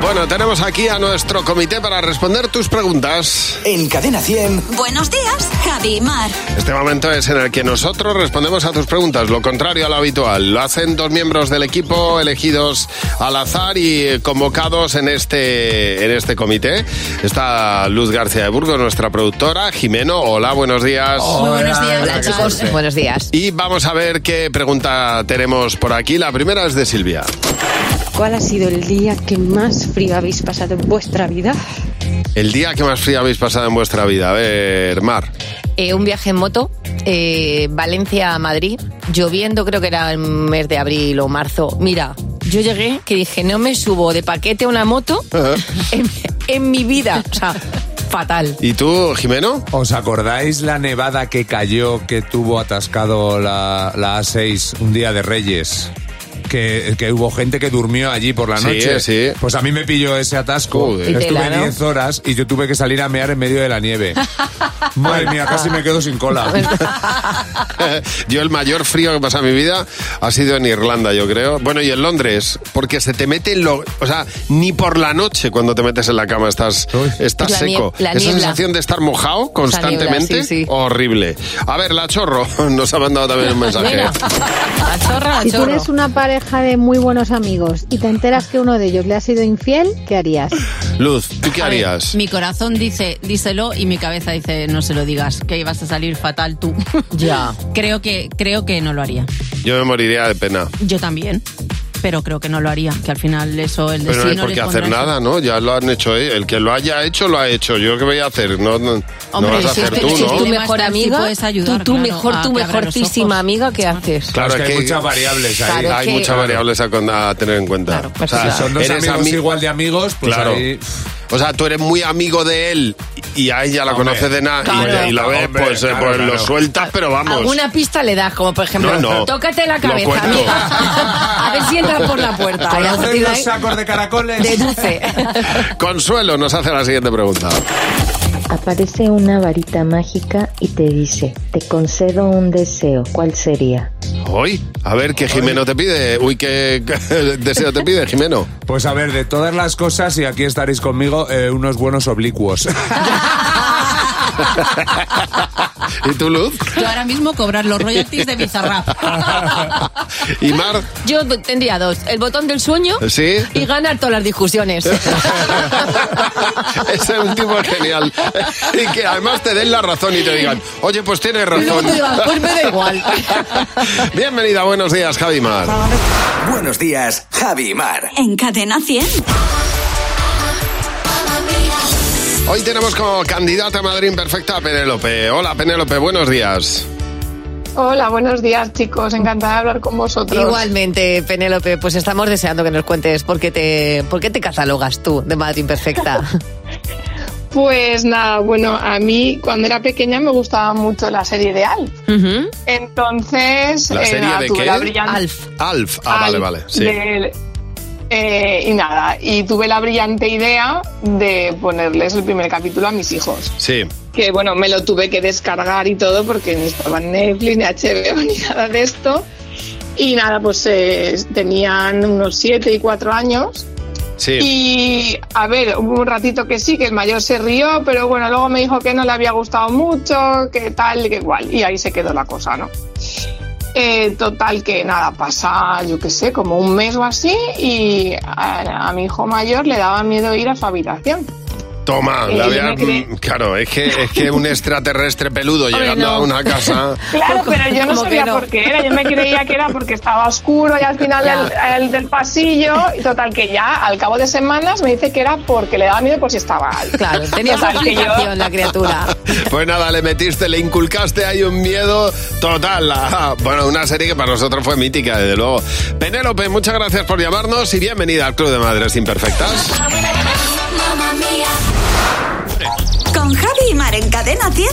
Speaker 3: Bueno, tenemos aquí a nuestro comité para responder tus preguntas.
Speaker 2: En Cadena 100.
Speaker 1: Buenos días, Javi y Mar.
Speaker 3: Este momento es en el que nosotros respondemos a tus preguntas, lo contrario a lo habitual. Lo hacen dos miembros del equipo elegidos al azar y eh, convocados en este, en este comité. Está Luz García de Burgos, nuestra productora. Jimeno, hola, buenos días.
Speaker 4: Hola, chicos. Buenos días.
Speaker 3: Y vamos a ver qué pregunta tenemos por aquí. La primera es de Silvia.
Speaker 12: ¿Cuál ha sido el día que más frío habéis pasado en vuestra vida?
Speaker 3: El día que más frío habéis pasado en vuestra vida. A ver, Mar.
Speaker 4: Eh, un viaje en moto, eh, Valencia a Madrid, lloviendo, creo que era el mes de abril o marzo. Mira, yo llegué que dije, no me subo de paquete a una moto en, en mi vida. O sea, fatal.
Speaker 3: ¿Y tú, Jimeno?
Speaker 22: ¿Os acordáis la nevada que cayó, que tuvo atascado la, la A6 un día de Reyes? Que, que hubo gente que durmió allí por la
Speaker 3: Sí,
Speaker 22: noche.
Speaker 3: sí.
Speaker 22: Pues a mí me pilló ese atasco.
Speaker 3: Joder. Y
Speaker 22: Estuve
Speaker 3: tela, ¿no?
Speaker 22: 10 horas y yo tuve que salir a mear en medio de la nieve. Madre mía, casi me quedo sin cola.
Speaker 3: yo el mayor frío que pasa en mi vida ha sido en Irlanda, yo creo. Bueno, y en Londres, porque se te mete en lo... O sea, ni por la noche cuando te metes en la cama estás, estás
Speaker 4: La nie-
Speaker 3: seco.
Speaker 4: la
Speaker 3: Esa
Speaker 4: niebla.
Speaker 3: sensación de estar mojado constantemente,
Speaker 4: niebla, sí, sí.
Speaker 3: horrible. A ver, la chorro nos ha mandado también un mensaje.
Speaker 4: Venga. La chorra, la
Speaker 20: Si tú
Speaker 4: chorro.
Speaker 20: eres una pareja de muy buenos amigos y te enteras que uno de ellos le ha sido infiel, ¿qué harías?
Speaker 3: Luz, ¿tú qué
Speaker 14: A ver,
Speaker 3: harías?
Speaker 14: Mi corazón dice, díselo, y mi cabeza dice, no se lo digas, que vas a salir fatal tú.
Speaker 4: Ya.
Speaker 14: creo que, creo que no lo haría.
Speaker 3: Yo me moriría de pena.
Speaker 14: Yo también, pero creo que no lo haría, que al final eso el
Speaker 3: Pero
Speaker 14: destino
Speaker 3: no hay por
Speaker 14: les
Speaker 3: qué
Speaker 14: pondrá
Speaker 3: hacer
Speaker 14: eso.
Speaker 3: nada, ¿no? Ya lo han hecho ellos. El que lo haya hecho, lo ha hecho. Yo qué voy a hacer. No, no, no
Speaker 14: Hombre,
Speaker 3: vas a
Speaker 14: si
Speaker 3: hacer
Speaker 14: usted-
Speaker 3: tú,
Speaker 14: si
Speaker 3: ¿no?
Speaker 14: tú
Speaker 4: Tu mejor
Speaker 14: Además, sí
Speaker 4: amiga,
Speaker 14: puedes ayudar,
Speaker 4: tú, tu
Speaker 14: claro,
Speaker 4: mejor,
Speaker 14: a
Speaker 4: tu
Speaker 14: que abra los
Speaker 4: mejortísima amiga, ¿qué haces?
Speaker 3: Claro,
Speaker 22: Es que hay muchas variables ahí.
Speaker 3: hay
Speaker 22: Claro,
Speaker 3: muchas
Speaker 22: que-
Speaker 3: variables a, con- a tener en cuenta.
Speaker 22: O sea, si son dos
Speaker 3: eres
Speaker 22: amigos
Speaker 3: ami-
Speaker 22: igual de amigos, pues
Speaker 3: Claro.
Speaker 22: ahí-
Speaker 3: O sea, tú eres muy amigo de él y a ella la
Speaker 22: Hombre.
Speaker 3: conoces de nada
Speaker 22: Claro.
Speaker 3: y, y la ves,
Speaker 22: Hombre,
Speaker 3: pues, eh,
Speaker 22: claro,
Speaker 3: pues lo
Speaker 22: claro.
Speaker 3: sueltas, pero vamos.
Speaker 4: Alguna pista le das, como por ejemplo,
Speaker 3: No, no.
Speaker 4: tócate la
Speaker 3: Lo
Speaker 4: cabeza,
Speaker 3: cuento.
Speaker 4: amiga. A ver si entras por la puerta. Y a
Speaker 22: ¿Conoces
Speaker 4: partir de
Speaker 22: los
Speaker 4: ahí,
Speaker 22: sacos ¿eh? de caracoles?
Speaker 4: deduce.
Speaker 3: Consuelo nos hace la siguiente pregunta.
Speaker 15: Aparece una varita mágica y te dice, te concedo un deseo, ¿cuál sería?
Speaker 3: Hoy, a ver qué Jimeno te pide. Uy, qué deseo te pide, Jimeno.
Speaker 22: Pues a ver, de todas las cosas, y aquí estaréis conmigo, eh, unos buenos oblicuos.
Speaker 3: ¿Y tú, Luz?
Speaker 14: Yo ahora mismo cobrar los royalties de Bizarrap.
Speaker 3: ¿Y Mar?
Speaker 4: Yo tendría dos. El botón del sueño
Speaker 3: ¿Sí?
Speaker 4: y ganar todas las discusiones.
Speaker 3: Ese es un tipo genial. Y que además te den la razón y te digan, oye, pues tienes
Speaker 4: Y luego
Speaker 3: razón.
Speaker 4: te digan, pues me da igual.
Speaker 3: Bienvenida, buenos días, Javi Mar.
Speaker 2: Buenos días, Javi y Mar.
Speaker 1: En Cadena 100.
Speaker 3: Hoy tenemos como candidata a Madrid Imperfecta a Penélope. Hola, Penélope, buenos días.
Speaker 6: Hola, buenos días chicos, encantada de hablar con vosotros.
Speaker 4: Igualmente, Penélope, pues estamos deseando que nos cuentes por qué te, por qué te catalogas tú de madre imperfecta.
Speaker 6: Pues nada, bueno, a mí cuando era pequeña me gustaba mucho la serie de Alf. Entonces,
Speaker 3: ¿La
Speaker 6: eh,
Speaker 3: serie
Speaker 6: nada,
Speaker 3: de
Speaker 6: tuve
Speaker 3: qué?
Speaker 6: la brillante...
Speaker 3: Alf. Ah, vale,
Speaker 6: Alf
Speaker 3: vale. Sí.
Speaker 6: del- eh, y nada, y tuve la brillante idea de ponerles el primer capítulo a mis hijos.
Speaker 3: Sí.
Speaker 6: que bueno, me lo tuve que descargar y todo porque ni estaba en Netflix, ni HBO, ni nada de esto. Y nada, pues eh, tenían unos 7 y 4 años.
Speaker 3: Sí.
Speaker 6: Y a ver, hubo un ratito que sí, que el mayor se rió, pero bueno, luego me dijo que no le había gustado mucho, que tal, que igual. Y ahí se quedó la cosa, ¿no? Eh, total que nada, pasa, yo qué sé, como un mes o así, y a, a mi hijo mayor le daba miedo ir a su habitación.
Speaker 3: Toma,
Speaker 6: Eh, yo
Speaker 3: la había-
Speaker 6: me creí-
Speaker 3: Claro, es que, es que un extraterrestre peludo
Speaker 6: Hombre,
Speaker 3: llegando
Speaker 6: no.
Speaker 3: a una casa.
Speaker 6: Claro,
Speaker 4: Como-
Speaker 6: pero yo no
Speaker 4: como
Speaker 6: sabía
Speaker 4: que no.
Speaker 6: por qué era. Yo me creía que era porque estaba oscuro y al final
Speaker 4: Ya.
Speaker 6: el, el del pasillo. Y total, que ya al cabo de semanas me dice que era porque le daba miedo por si estaba alto.
Speaker 4: Claro, tenía su
Speaker 6: Total, que yo-
Speaker 4: explicación la criatura.
Speaker 3: Pues nada, le metiste, le inculcaste ahí un miedo total. Ah, Bueno, una serie que para nosotros fue mítica, desde luego. Penélope, muchas gracias por llamarnos y bienvenida al Club de Madres Imperfectas.
Speaker 1: Con Javi y Mar en Cadena 100.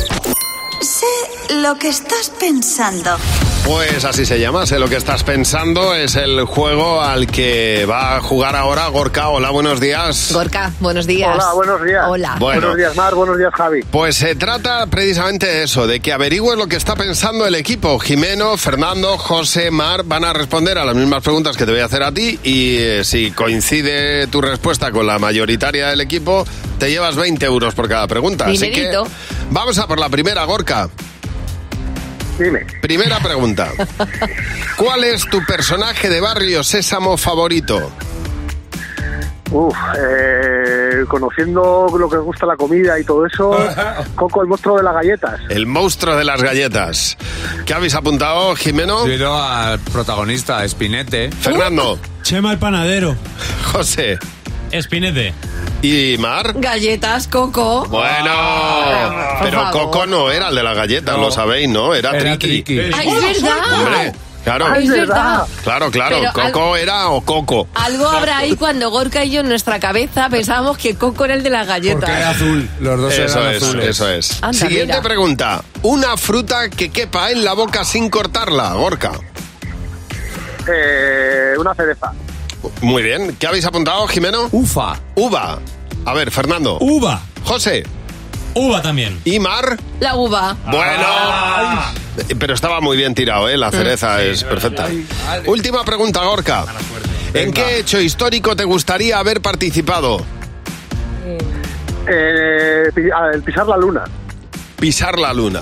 Speaker 1: Sé lo que estás pensando.
Speaker 3: Pues así se llama, sé lo que estás pensando, es el juego al que va a jugar ahora Gorka. Hola, buenos días.
Speaker 4: Gorka, Ah, buenos días.
Speaker 16: Hola, buenos días.
Speaker 4: Hola.
Speaker 16: Buenos días, Mar. Buenos días, Javi.
Speaker 3: Pues se trata precisamente de eso, de que averigües lo que está pensando el equipo. Jimeno, Fernando, José, Mar van a responder a las mismas preguntas que te voy a hacer a ti y eh, si coincide tu respuesta con la mayoritaria del equipo, te llevas 20 euros por cada pregunta.
Speaker 4: Dinerito.
Speaker 3: Así que vamos a por la primera, Gorka.
Speaker 16: Dime.
Speaker 3: Primera pregunta. ¿Cuál es tu personaje de barrio sésamo favorito?
Speaker 16: Uf, eh, conociendo lo que gusta la comida y todo eso, Coco, el monstruo de las galletas.
Speaker 3: El monstruo de las galletas. ¿Qué habéis apuntado, Jimeno?
Speaker 22: Yo he ido al protagonista, Espinete.
Speaker 3: Fernando.
Speaker 19: Chema el panadero.
Speaker 3: José.
Speaker 19: Espinete.
Speaker 3: ¿Y Mar?
Speaker 4: Galletas, coco.
Speaker 3: Bueno,
Speaker 4: por
Speaker 3: pero
Speaker 4: favor.
Speaker 3: Coco no era el de las galletas, lo sabéis, ¿no? Era,
Speaker 22: Era
Speaker 3: Triqui.
Speaker 22: Triqui.
Speaker 4: ¡Ay, es verdad!
Speaker 3: Hombre, claro.
Speaker 4: ¡Ay, es verdad!
Speaker 3: Claro, claro.
Speaker 4: Pero al-
Speaker 3: Coco era o Coco.
Speaker 4: Algo habrá ahí cuando Gorka y yo en nuestra cabeza pensábamos que Coco era el de las galletas.
Speaker 22: azul. Los dos
Speaker 3: eso
Speaker 22: eran
Speaker 3: es,
Speaker 22: azules.
Speaker 3: eso es.
Speaker 4: Anda,
Speaker 3: Siguiente
Speaker 4: mira.
Speaker 3: pregunta. Una fruta que quepa en la boca sin cortarla, Gorka.
Speaker 16: Eh, una cereza.
Speaker 3: Muy bien. ¿Qué habéis apuntado, Jimeno?
Speaker 22: Ufa.
Speaker 3: Uva. A ver, Fernando.
Speaker 19: Uva.
Speaker 3: José.
Speaker 19: Uva también. Ah.
Speaker 3: ¿Y Mar?
Speaker 4: La uva.
Speaker 3: Bueno. Eh, Pero estaba muy bien tirado, ¿eh? La cereza es perfecta. Última pregunta, Gorka. ¿En qué hecho histórico te gustaría haber participado?
Speaker 16: Eh, pi- ah, el pisar la luna.
Speaker 3: Pisar la luna.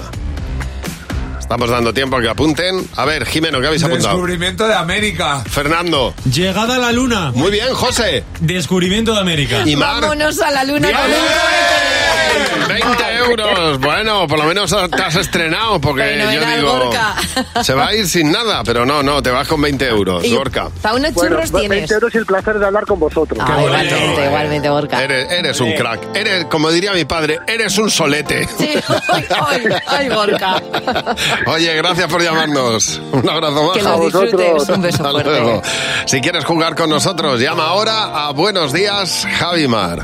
Speaker 3: Estamos dando tiempo a que apunten. A ver, Jimeno, ¿qué habéis apuntado?
Speaker 22: Descubrimiento de América.
Speaker 3: Fernando.
Speaker 19: Llegada a la luna.
Speaker 3: Muy bien, José.
Speaker 19: Descubrimiento de América.
Speaker 3: Y Mar.
Speaker 4: Vámonos a la luna con un cohete.
Speaker 3: 20 euros. Bueno, por lo menos te has estrenado, porque yo
Speaker 4: Fenomenal,
Speaker 3: digo.
Speaker 4: Gorka.
Speaker 3: Se va a ir sin nada, pero no, no, te vas con 20 euros,
Speaker 4: Y
Speaker 3: Pues, Gorka.
Speaker 4: Fauna
Speaker 16: Bueno,
Speaker 4: churros
Speaker 16: 20
Speaker 4: tienes.
Speaker 16: euros y el placer de hablar con vosotros.
Speaker 4: Ah, igualmente, igualmente, Gorka.
Speaker 3: Eres, eres un crack. Eres, como diría mi padre, eres un solete.
Speaker 4: Sí, hoy, hoy, hoy, Gorka.
Speaker 3: Oye, gracias por llamarnos. Un abrazo más.
Speaker 4: Que lo
Speaker 3: A vosotros.
Speaker 4: disfrutes. Un beso
Speaker 3: Hasta
Speaker 4: fuerte.
Speaker 3: luego. Si quieres jugar con nosotros, llama ahora a Buenos Días, Javimar.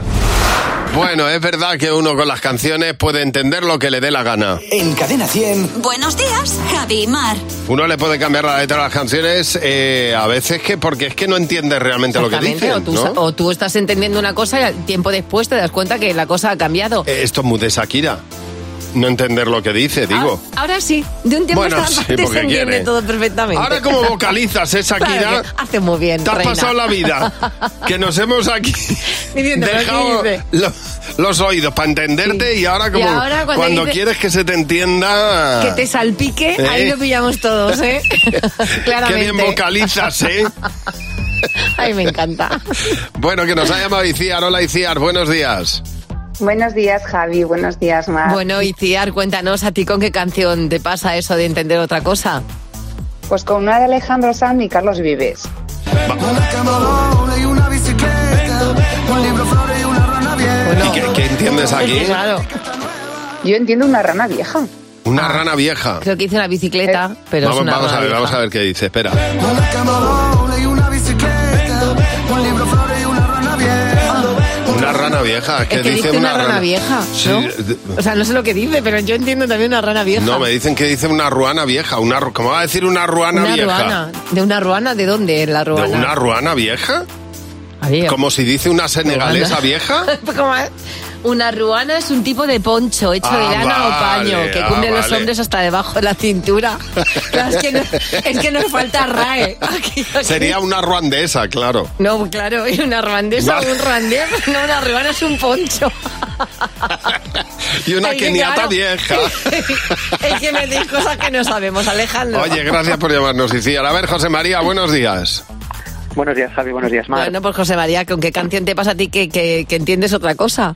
Speaker 3: Bueno, es verdad que uno con las canciones puede entender lo que le dé la gana.
Speaker 2: En Cadena 100.
Speaker 1: Buenos días, Javi y Mar.
Speaker 3: Uno le puede cambiar la letra a las canciones eh, a veces que porque es que no entiende realmente lo que
Speaker 4: Exactamente,
Speaker 3: dicen,
Speaker 4: o, tú,
Speaker 3: ¿no?
Speaker 4: sa- o tú estás entendiendo una cosa y al tiempo después te das cuenta que la cosa ha cambiado.
Speaker 3: Eh, Esto es muy de Shakira. no entender lo que dice, digo.
Speaker 4: Ahora sí, de un tiempo
Speaker 3: Bueno,
Speaker 4: a esta
Speaker 3: sí,
Speaker 4: parte
Speaker 3: porque
Speaker 4: se entiende
Speaker 3: quiere.
Speaker 4: todo perfectamente.
Speaker 3: Ahora como vocalizas, ¿eh, Shakira?
Speaker 4: Claro que hace muy bien,
Speaker 3: Te has
Speaker 4: Ah, reina.
Speaker 3: pasado la vida. Que nos hemos aquí
Speaker 4: Diciendo lo que
Speaker 3: dejado
Speaker 4: dice.
Speaker 3: lo- los oídos para entenderte y ahora como
Speaker 4: Y ahora cuando
Speaker 3: cuando,
Speaker 4: dice-
Speaker 3: quieres que se te entienda...
Speaker 4: Que te salpique,
Speaker 3: Eh.
Speaker 4: ahí lo pillamos todos, ¿eh?
Speaker 3: Qué
Speaker 4: Claramente.
Speaker 3: bien vocalizas, ¿eh?
Speaker 4: Ay, me encanta.
Speaker 3: Bueno, que nos ha llamado Iciar. Hola, Iciar, buenos días.
Speaker 17: Buenos días, Javi. Buenos días, Mar.
Speaker 4: Bueno, Iciar, cuéntanos a ti con qué canción te pasa eso de entender otra cosa.
Speaker 17: Pues con una de Alejandro Sanz y Carlos Vives.
Speaker 2: y una bicicleta, un libro, flores y una rana bien.
Speaker 3: ¿Y qué, qué entiendes aquí?
Speaker 17: Yo entiendo una rana vieja. Eh,
Speaker 3: Una rana vieja.
Speaker 4: Creo que hice una bicicleta, pero
Speaker 3: Ah. vamos
Speaker 4: es una
Speaker 3: vamos a ver,
Speaker 4: maravilla.
Speaker 3: vamos a ver qué dice. Espera.
Speaker 2: Una camarona y una bicicleta, un libro, flores y una rana bien.
Speaker 3: Una rana vieja. ¿Qué
Speaker 4: Es que dice una rana vieja,
Speaker 3: Sí,
Speaker 4: ¿no?
Speaker 3: de-
Speaker 4: O sea, no sé lo que dice, pero yo entiendo también una rana vieja.
Speaker 3: No, me dicen que dice una ruana vieja. Una, ru- ¿Cómo va a decir una ruana
Speaker 4: una
Speaker 3: vieja?
Speaker 4: ruana. ¿De una ruana? ¿De dónde es la
Speaker 3: ¿De
Speaker 4: ruana?
Speaker 3: una ruana vieja? Como si dice una senegalesa
Speaker 4: Ruana.
Speaker 3: vieja.
Speaker 4: ¿Cómo Pues es? Una ruana es un tipo de poncho hecho
Speaker 3: Ah,
Speaker 4: de lana
Speaker 3: vale,
Speaker 4: o paño que
Speaker 3: ah,
Speaker 4: cubre los
Speaker 3: vale.
Speaker 4: hombres hasta debajo de la cintura. Claro, es, que no- es que nos falta RAE. Aquí, aquí.
Speaker 3: Sería una ruandesa, claro.
Speaker 4: No, claro, y una ruandesa
Speaker 3: Vale.
Speaker 4: o un ruandés. No, una ruana es un poncho.
Speaker 3: Y una
Speaker 4: Ay, qué
Speaker 3: keniata
Speaker 4: claro.
Speaker 3: vieja.
Speaker 4: Es que me decís cosas que no sabemos, Alejandro.
Speaker 3: Oye, gracias por llamarnos, Iciar. A ver, José María, buenos días.
Speaker 18: Buenos días, Javi. Buenos días, Mar.
Speaker 4: Bueno, pues José María, ¿con qué canción te pasa a ti que, que- que entiendes otra cosa?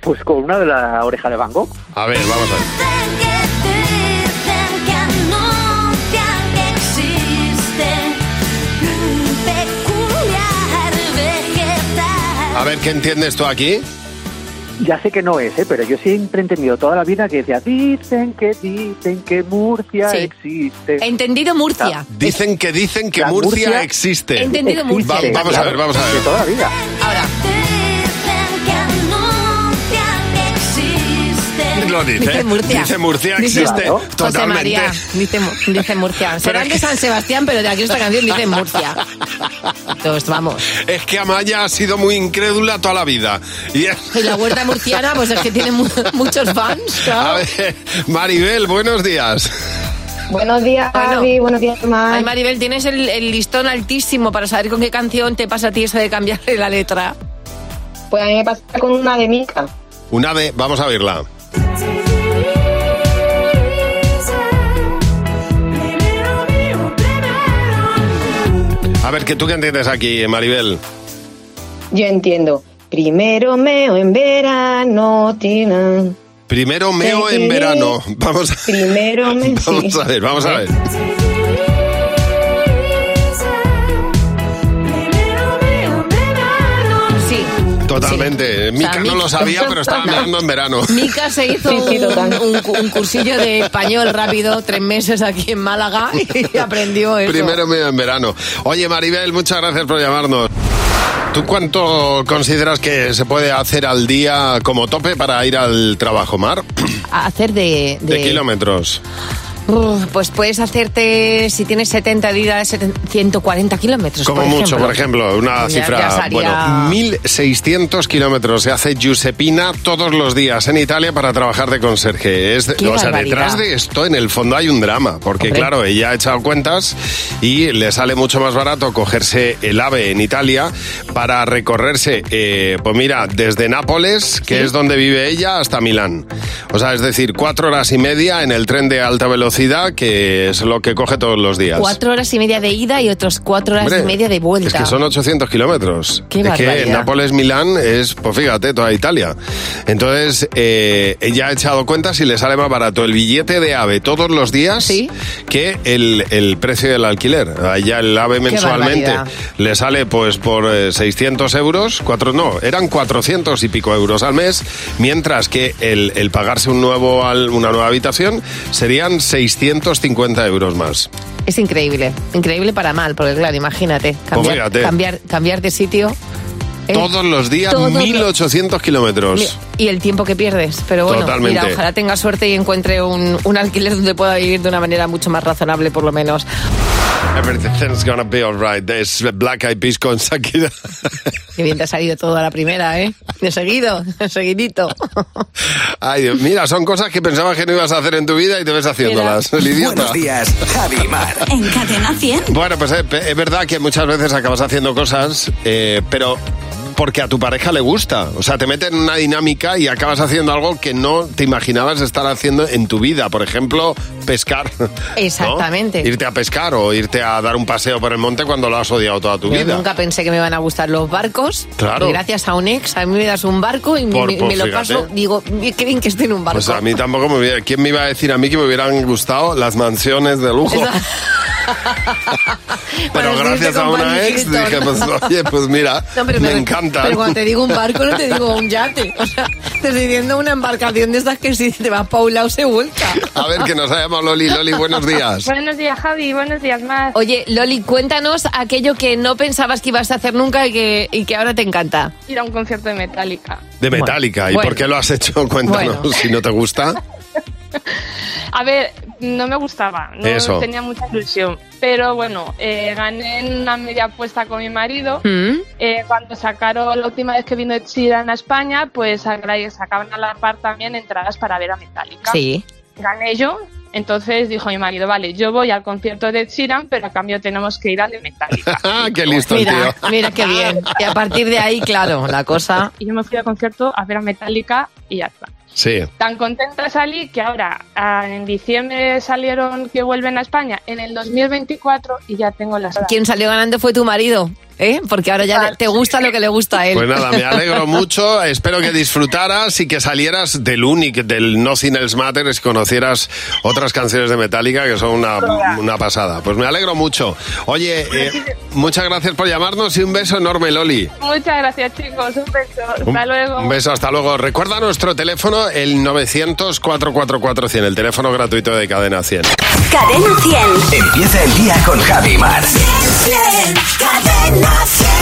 Speaker 18: Pues con una de la oreja de Van Gogh.
Speaker 3: A ver, vamos a ver. A ver, ¿qué entiendes tú aquí?
Speaker 18: Ya sé que no es, ¿eh? pero yo siempre he entendido toda la vida que decía, dicen que dicen que Murcia
Speaker 4: Sí.
Speaker 18: existe.
Speaker 4: He entendido Murcia.
Speaker 3: Dicen que dicen que
Speaker 18: La
Speaker 3: Murcia,
Speaker 18: Murcia
Speaker 3: existe.
Speaker 4: He entendido Murcia.
Speaker 3: Va- vamos a
Speaker 18: Claro,
Speaker 3: ver, vamos a ver.
Speaker 18: de toda la vida.
Speaker 4: Ahora.
Speaker 3: Lo dice.
Speaker 4: Dice Murcia.
Speaker 3: Dice Murcia
Speaker 4: Dice-
Speaker 3: existe.
Speaker 4: Claro. José
Speaker 3: Totalmente.
Speaker 4: María, dice, Mu- dice Murcia. Serán de San Sebastián, pero de aquí esta canción dice Murcia. Entonces, vamos.
Speaker 3: Es que Amaya ha sido muy incrédula toda la vida. Y es-
Speaker 4: Y la huerta murciana, pues es que tiene mu- muchos fans.
Speaker 3: A ver, Maribel, buenos días.
Speaker 21: Buenos días, Javi. Buenos días, Mar.
Speaker 4: Ay, Maribel, tienes el, el listón altísimo para saber con qué canción te pasa a ti eso de cambiarle la letra.
Speaker 21: Pues a mí me pasa con una de Mica.
Speaker 3: Una vez, vamos a oírla. A ver, ¿qué tú qué entiendes aquí, Maribel?
Speaker 21: Yo entiendo. Primero meo en verano, tina.
Speaker 3: Primero meo en verano. Vamos, a-
Speaker 21: Primero me...
Speaker 3: vamos a ver, vamos a ver.
Speaker 4: Sí.
Speaker 3: Totalmente. Mica
Speaker 4: sea,
Speaker 3: no
Speaker 4: Mica-
Speaker 3: lo sabía, pero estaba meando en verano.
Speaker 4: Mica se hizo
Speaker 21: Sí, sí,
Speaker 4: un, un- un cursillo de español rápido, tres meses aquí en Málaga y aprendió eso.
Speaker 3: Primero meo en verano. Oye, Maribel, muchas gracias por llamarnos. ¿Tú cuánto consideras que se puede hacer al día como tope para ir al trabajo, Mar?
Speaker 4: A hacer de...
Speaker 3: De kilómetros.
Speaker 4: Uf, pues puedes hacerte, si tienes 70 días, 70 140 kilómetros.
Speaker 3: Como
Speaker 4: por
Speaker 3: mucho, por ejemplo, una
Speaker 4: Ya-
Speaker 3: cifra.
Speaker 4: ya sería-
Speaker 3: Bueno, 1.600 kilómetros se hace Giuseppina todos los días en Italia para trabajar de conserje. Es de-
Speaker 23: ¡Qué
Speaker 3: o sea,
Speaker 23: barbaridad!
Speaker 3: detrás de esto, en el fondo, hay un drama, porque
Speaker 23: Hombre.
Speaker 3: claro, ella ha echado cuentas y le sale mucho más barato cogerse el AVE en Italia para recorrerse, eh, pues mira, desde Nápoles, que es donde vive ella, hasta Milán. O sea, es decir, cuatro horas y media en el tren de alta velocidad, que es lo que coge todos los días.
Speaker 4: Cuatro horas y media de ida y otros cuatro horas
Speaker 3: Hombre,
Speaker 4: y media de vuelta.
Speaker 3: Es que son 800 kilómetros.
Speaker 4: Qué
Speaker 3: es que
Speaker 4: barbaridad.
Speaker 3: Nápoles-Milán es, pues fíjate, toda Italia. Entonces, eh, ella ha echado cuentas y le sale más barato el billete de AVE todos los días que el, el precio del alquiler. Allá el AVE mensualmente
Speaker 23: barbaridad.
Speaker 3: le sale pues por eh, 600 euros, cuatro, no, eran 400 y pico euros al mes, mientras que el, el pagarse un nuevo al- una nueva habitación serían 650 euros más.
Speaker 4: Es increíble, increíble para mal, porque claro, imagínate, cambiar,
Speaker 3: Pues fíjate.
Speaker 4: cambiar, cambiar de sitio. ¿eh?
Speaker 3: Todos los días,
Speaker 4: Todos los-
Speaker 3: 1800 kilómetros.
Speaker 4: Y el tiempo que pierdes, pero bueno,
Speaker 3: Totalmente.
Speaker 4: mira, ojalá tenga suerte y encuentre un, un alquiler donde pueda vivir de una manera mucho más razonable, por lo menos.
Speaker 3: Everything's gonna be alright. Es Black Eyed Peas con Shakira.
Speaker 4: Qué bien te ha salido todo a la primera, ¿eh? De seguido, de seguidito.
Speaker 3: Ay, Dios, mira, son cosas que pensabas que no ibas a hacer en tu vida y te ves haciéndolas. El idiota.
Speaker 1: Buenos
Speaker 3: días, Javi Mar.
Speaker 1: En Cadena 100.
Speaker 3: Bueno, pues eh, pe- es, verdad que muchas veces acabas haciendo cosas, eh, pero porque a tu pareja le gusta. O sea, te meten en una dinámica y acabas haciendo algo que no te imaginabas estar haciendo en tu vida. Por ejemplo, pescar. ¿no?
Speaker 4: Exactamente.
Speaker 3: Irte a pescar o irte a dar un paseo por el monte cuando lo has odiado toda tu
Speaker 4: Yo
Speaker 3: vida.
Speaker 4: nunca pensé que me van a gustar los barcos.
Speaker 3: Claro.
Speaker 4: Y gracias a un ex, a mí me das un barco y me-
Speaker 3: Por-
Speaker 4: me,
Speaker 3: pues
Speaker 4: me lo
Speaker 3: fíjate.
Speaker 4: paso. Digo, qué bien que esté en un barco.
Speaker 3: Pues a mí tampoco me hubiera... ¿Quién me iba a decir a mí que me hubieran gustado las mansiones de lujo?
Speaker 4: Para
Speaker 3: pero gracias
Speaker 4: subirte
Speaker 3: a
Speaker 4: con
Speaker 3: una
Speaker 4: Paris
Speaker 3: ex
Speaker 4: Hilton.
Speaker 3: dije, pues oye, pues mira,
Speaker 4: No, pero
Speaker 3: me encanta.
Speaker 4: Pero cuando te digo un barco, no te digo un yate. O sea, te estoy diciendo una embarcación de estas que si te vas pa' un lado se vuelca.
Speaker 3: A ver, que nos ha llamado Loli. Loli, buenos días.
Speaker 4: Buenos días, Javi. Buenos días, más. Oye, Loli, cuéntanos aquello que no pensabas que ibas a hacer nunca y que, y que ahora te encanta.
Speaker 27: ir a un concierto de Metallica.
Speaker 3: De Metallica, ¿y
Speaker 27: Bueno.
Speaker 3: por qué lo has hecho? Cuéntanos
Speaker 27: Bueno.
Speaker 3: si no te gusta.
Speaker 27: A ver, no me gustaba, no
Speaker 3: Eso.
Speaker 27: tenía mucha ilusión. Pero bueno, eh, gané en una media apuesta con mi marido.
Speaker 4: Mm.
Speaker 27: Eh, cuando sacaron la última vez que vino Ed Sheeran a España, pues sagra- sacaban a la par también entradas para ver a Metallica.
Speaker 4: Sí.
Speaker 27: Gané yo, entonces dijo mi marido, vale, yo voy al concierto de Ed Sheeran, pero a cambio tenemos que ir al de Metallica.
Speaker 3: Ah, qué listo el
Speaker 4: mira,
Speaker 3: tío.
Speaker 4: mira qué bien. Y a partir de ahí, claro, la cosa.
Speaker 27: Y yo me fui al concierto a ver a Metallica y ya está.
Speaker 3: Sí.
Speaker 27: Tan contenta salí que ahora ah, en diciembre salieron que vuelven a España en el 2024 y ya tengo las
Speaker 4: Quien salió ganando fue tu marido, ¿eh? Porque ahora ya te gusta lo que le gusta a él.
Speaker 3: Pues nada, me alegro mucho, espero que disfrutaras y que salieras del Unic, del Nothing Else Matters, conocieras otras canciones de Metallica que son una, una pasada. Pues me alegro mucho. Oye, eh, muchas gracias por llamarnos y un beso enorme, Loli.
Speaker 27: Muchas gracias chicos, un beso, hasta luego.
Speaker 3: Un beso, hasta luego. Recuerda nuestro teléfono, el 900-444-100, el teléfono gratuito de Cadena 100.
Speaker 1: Cadena 100.
Speaker 28: Empieza el día con Javi Mar.
Speaker 1: Cadena 100.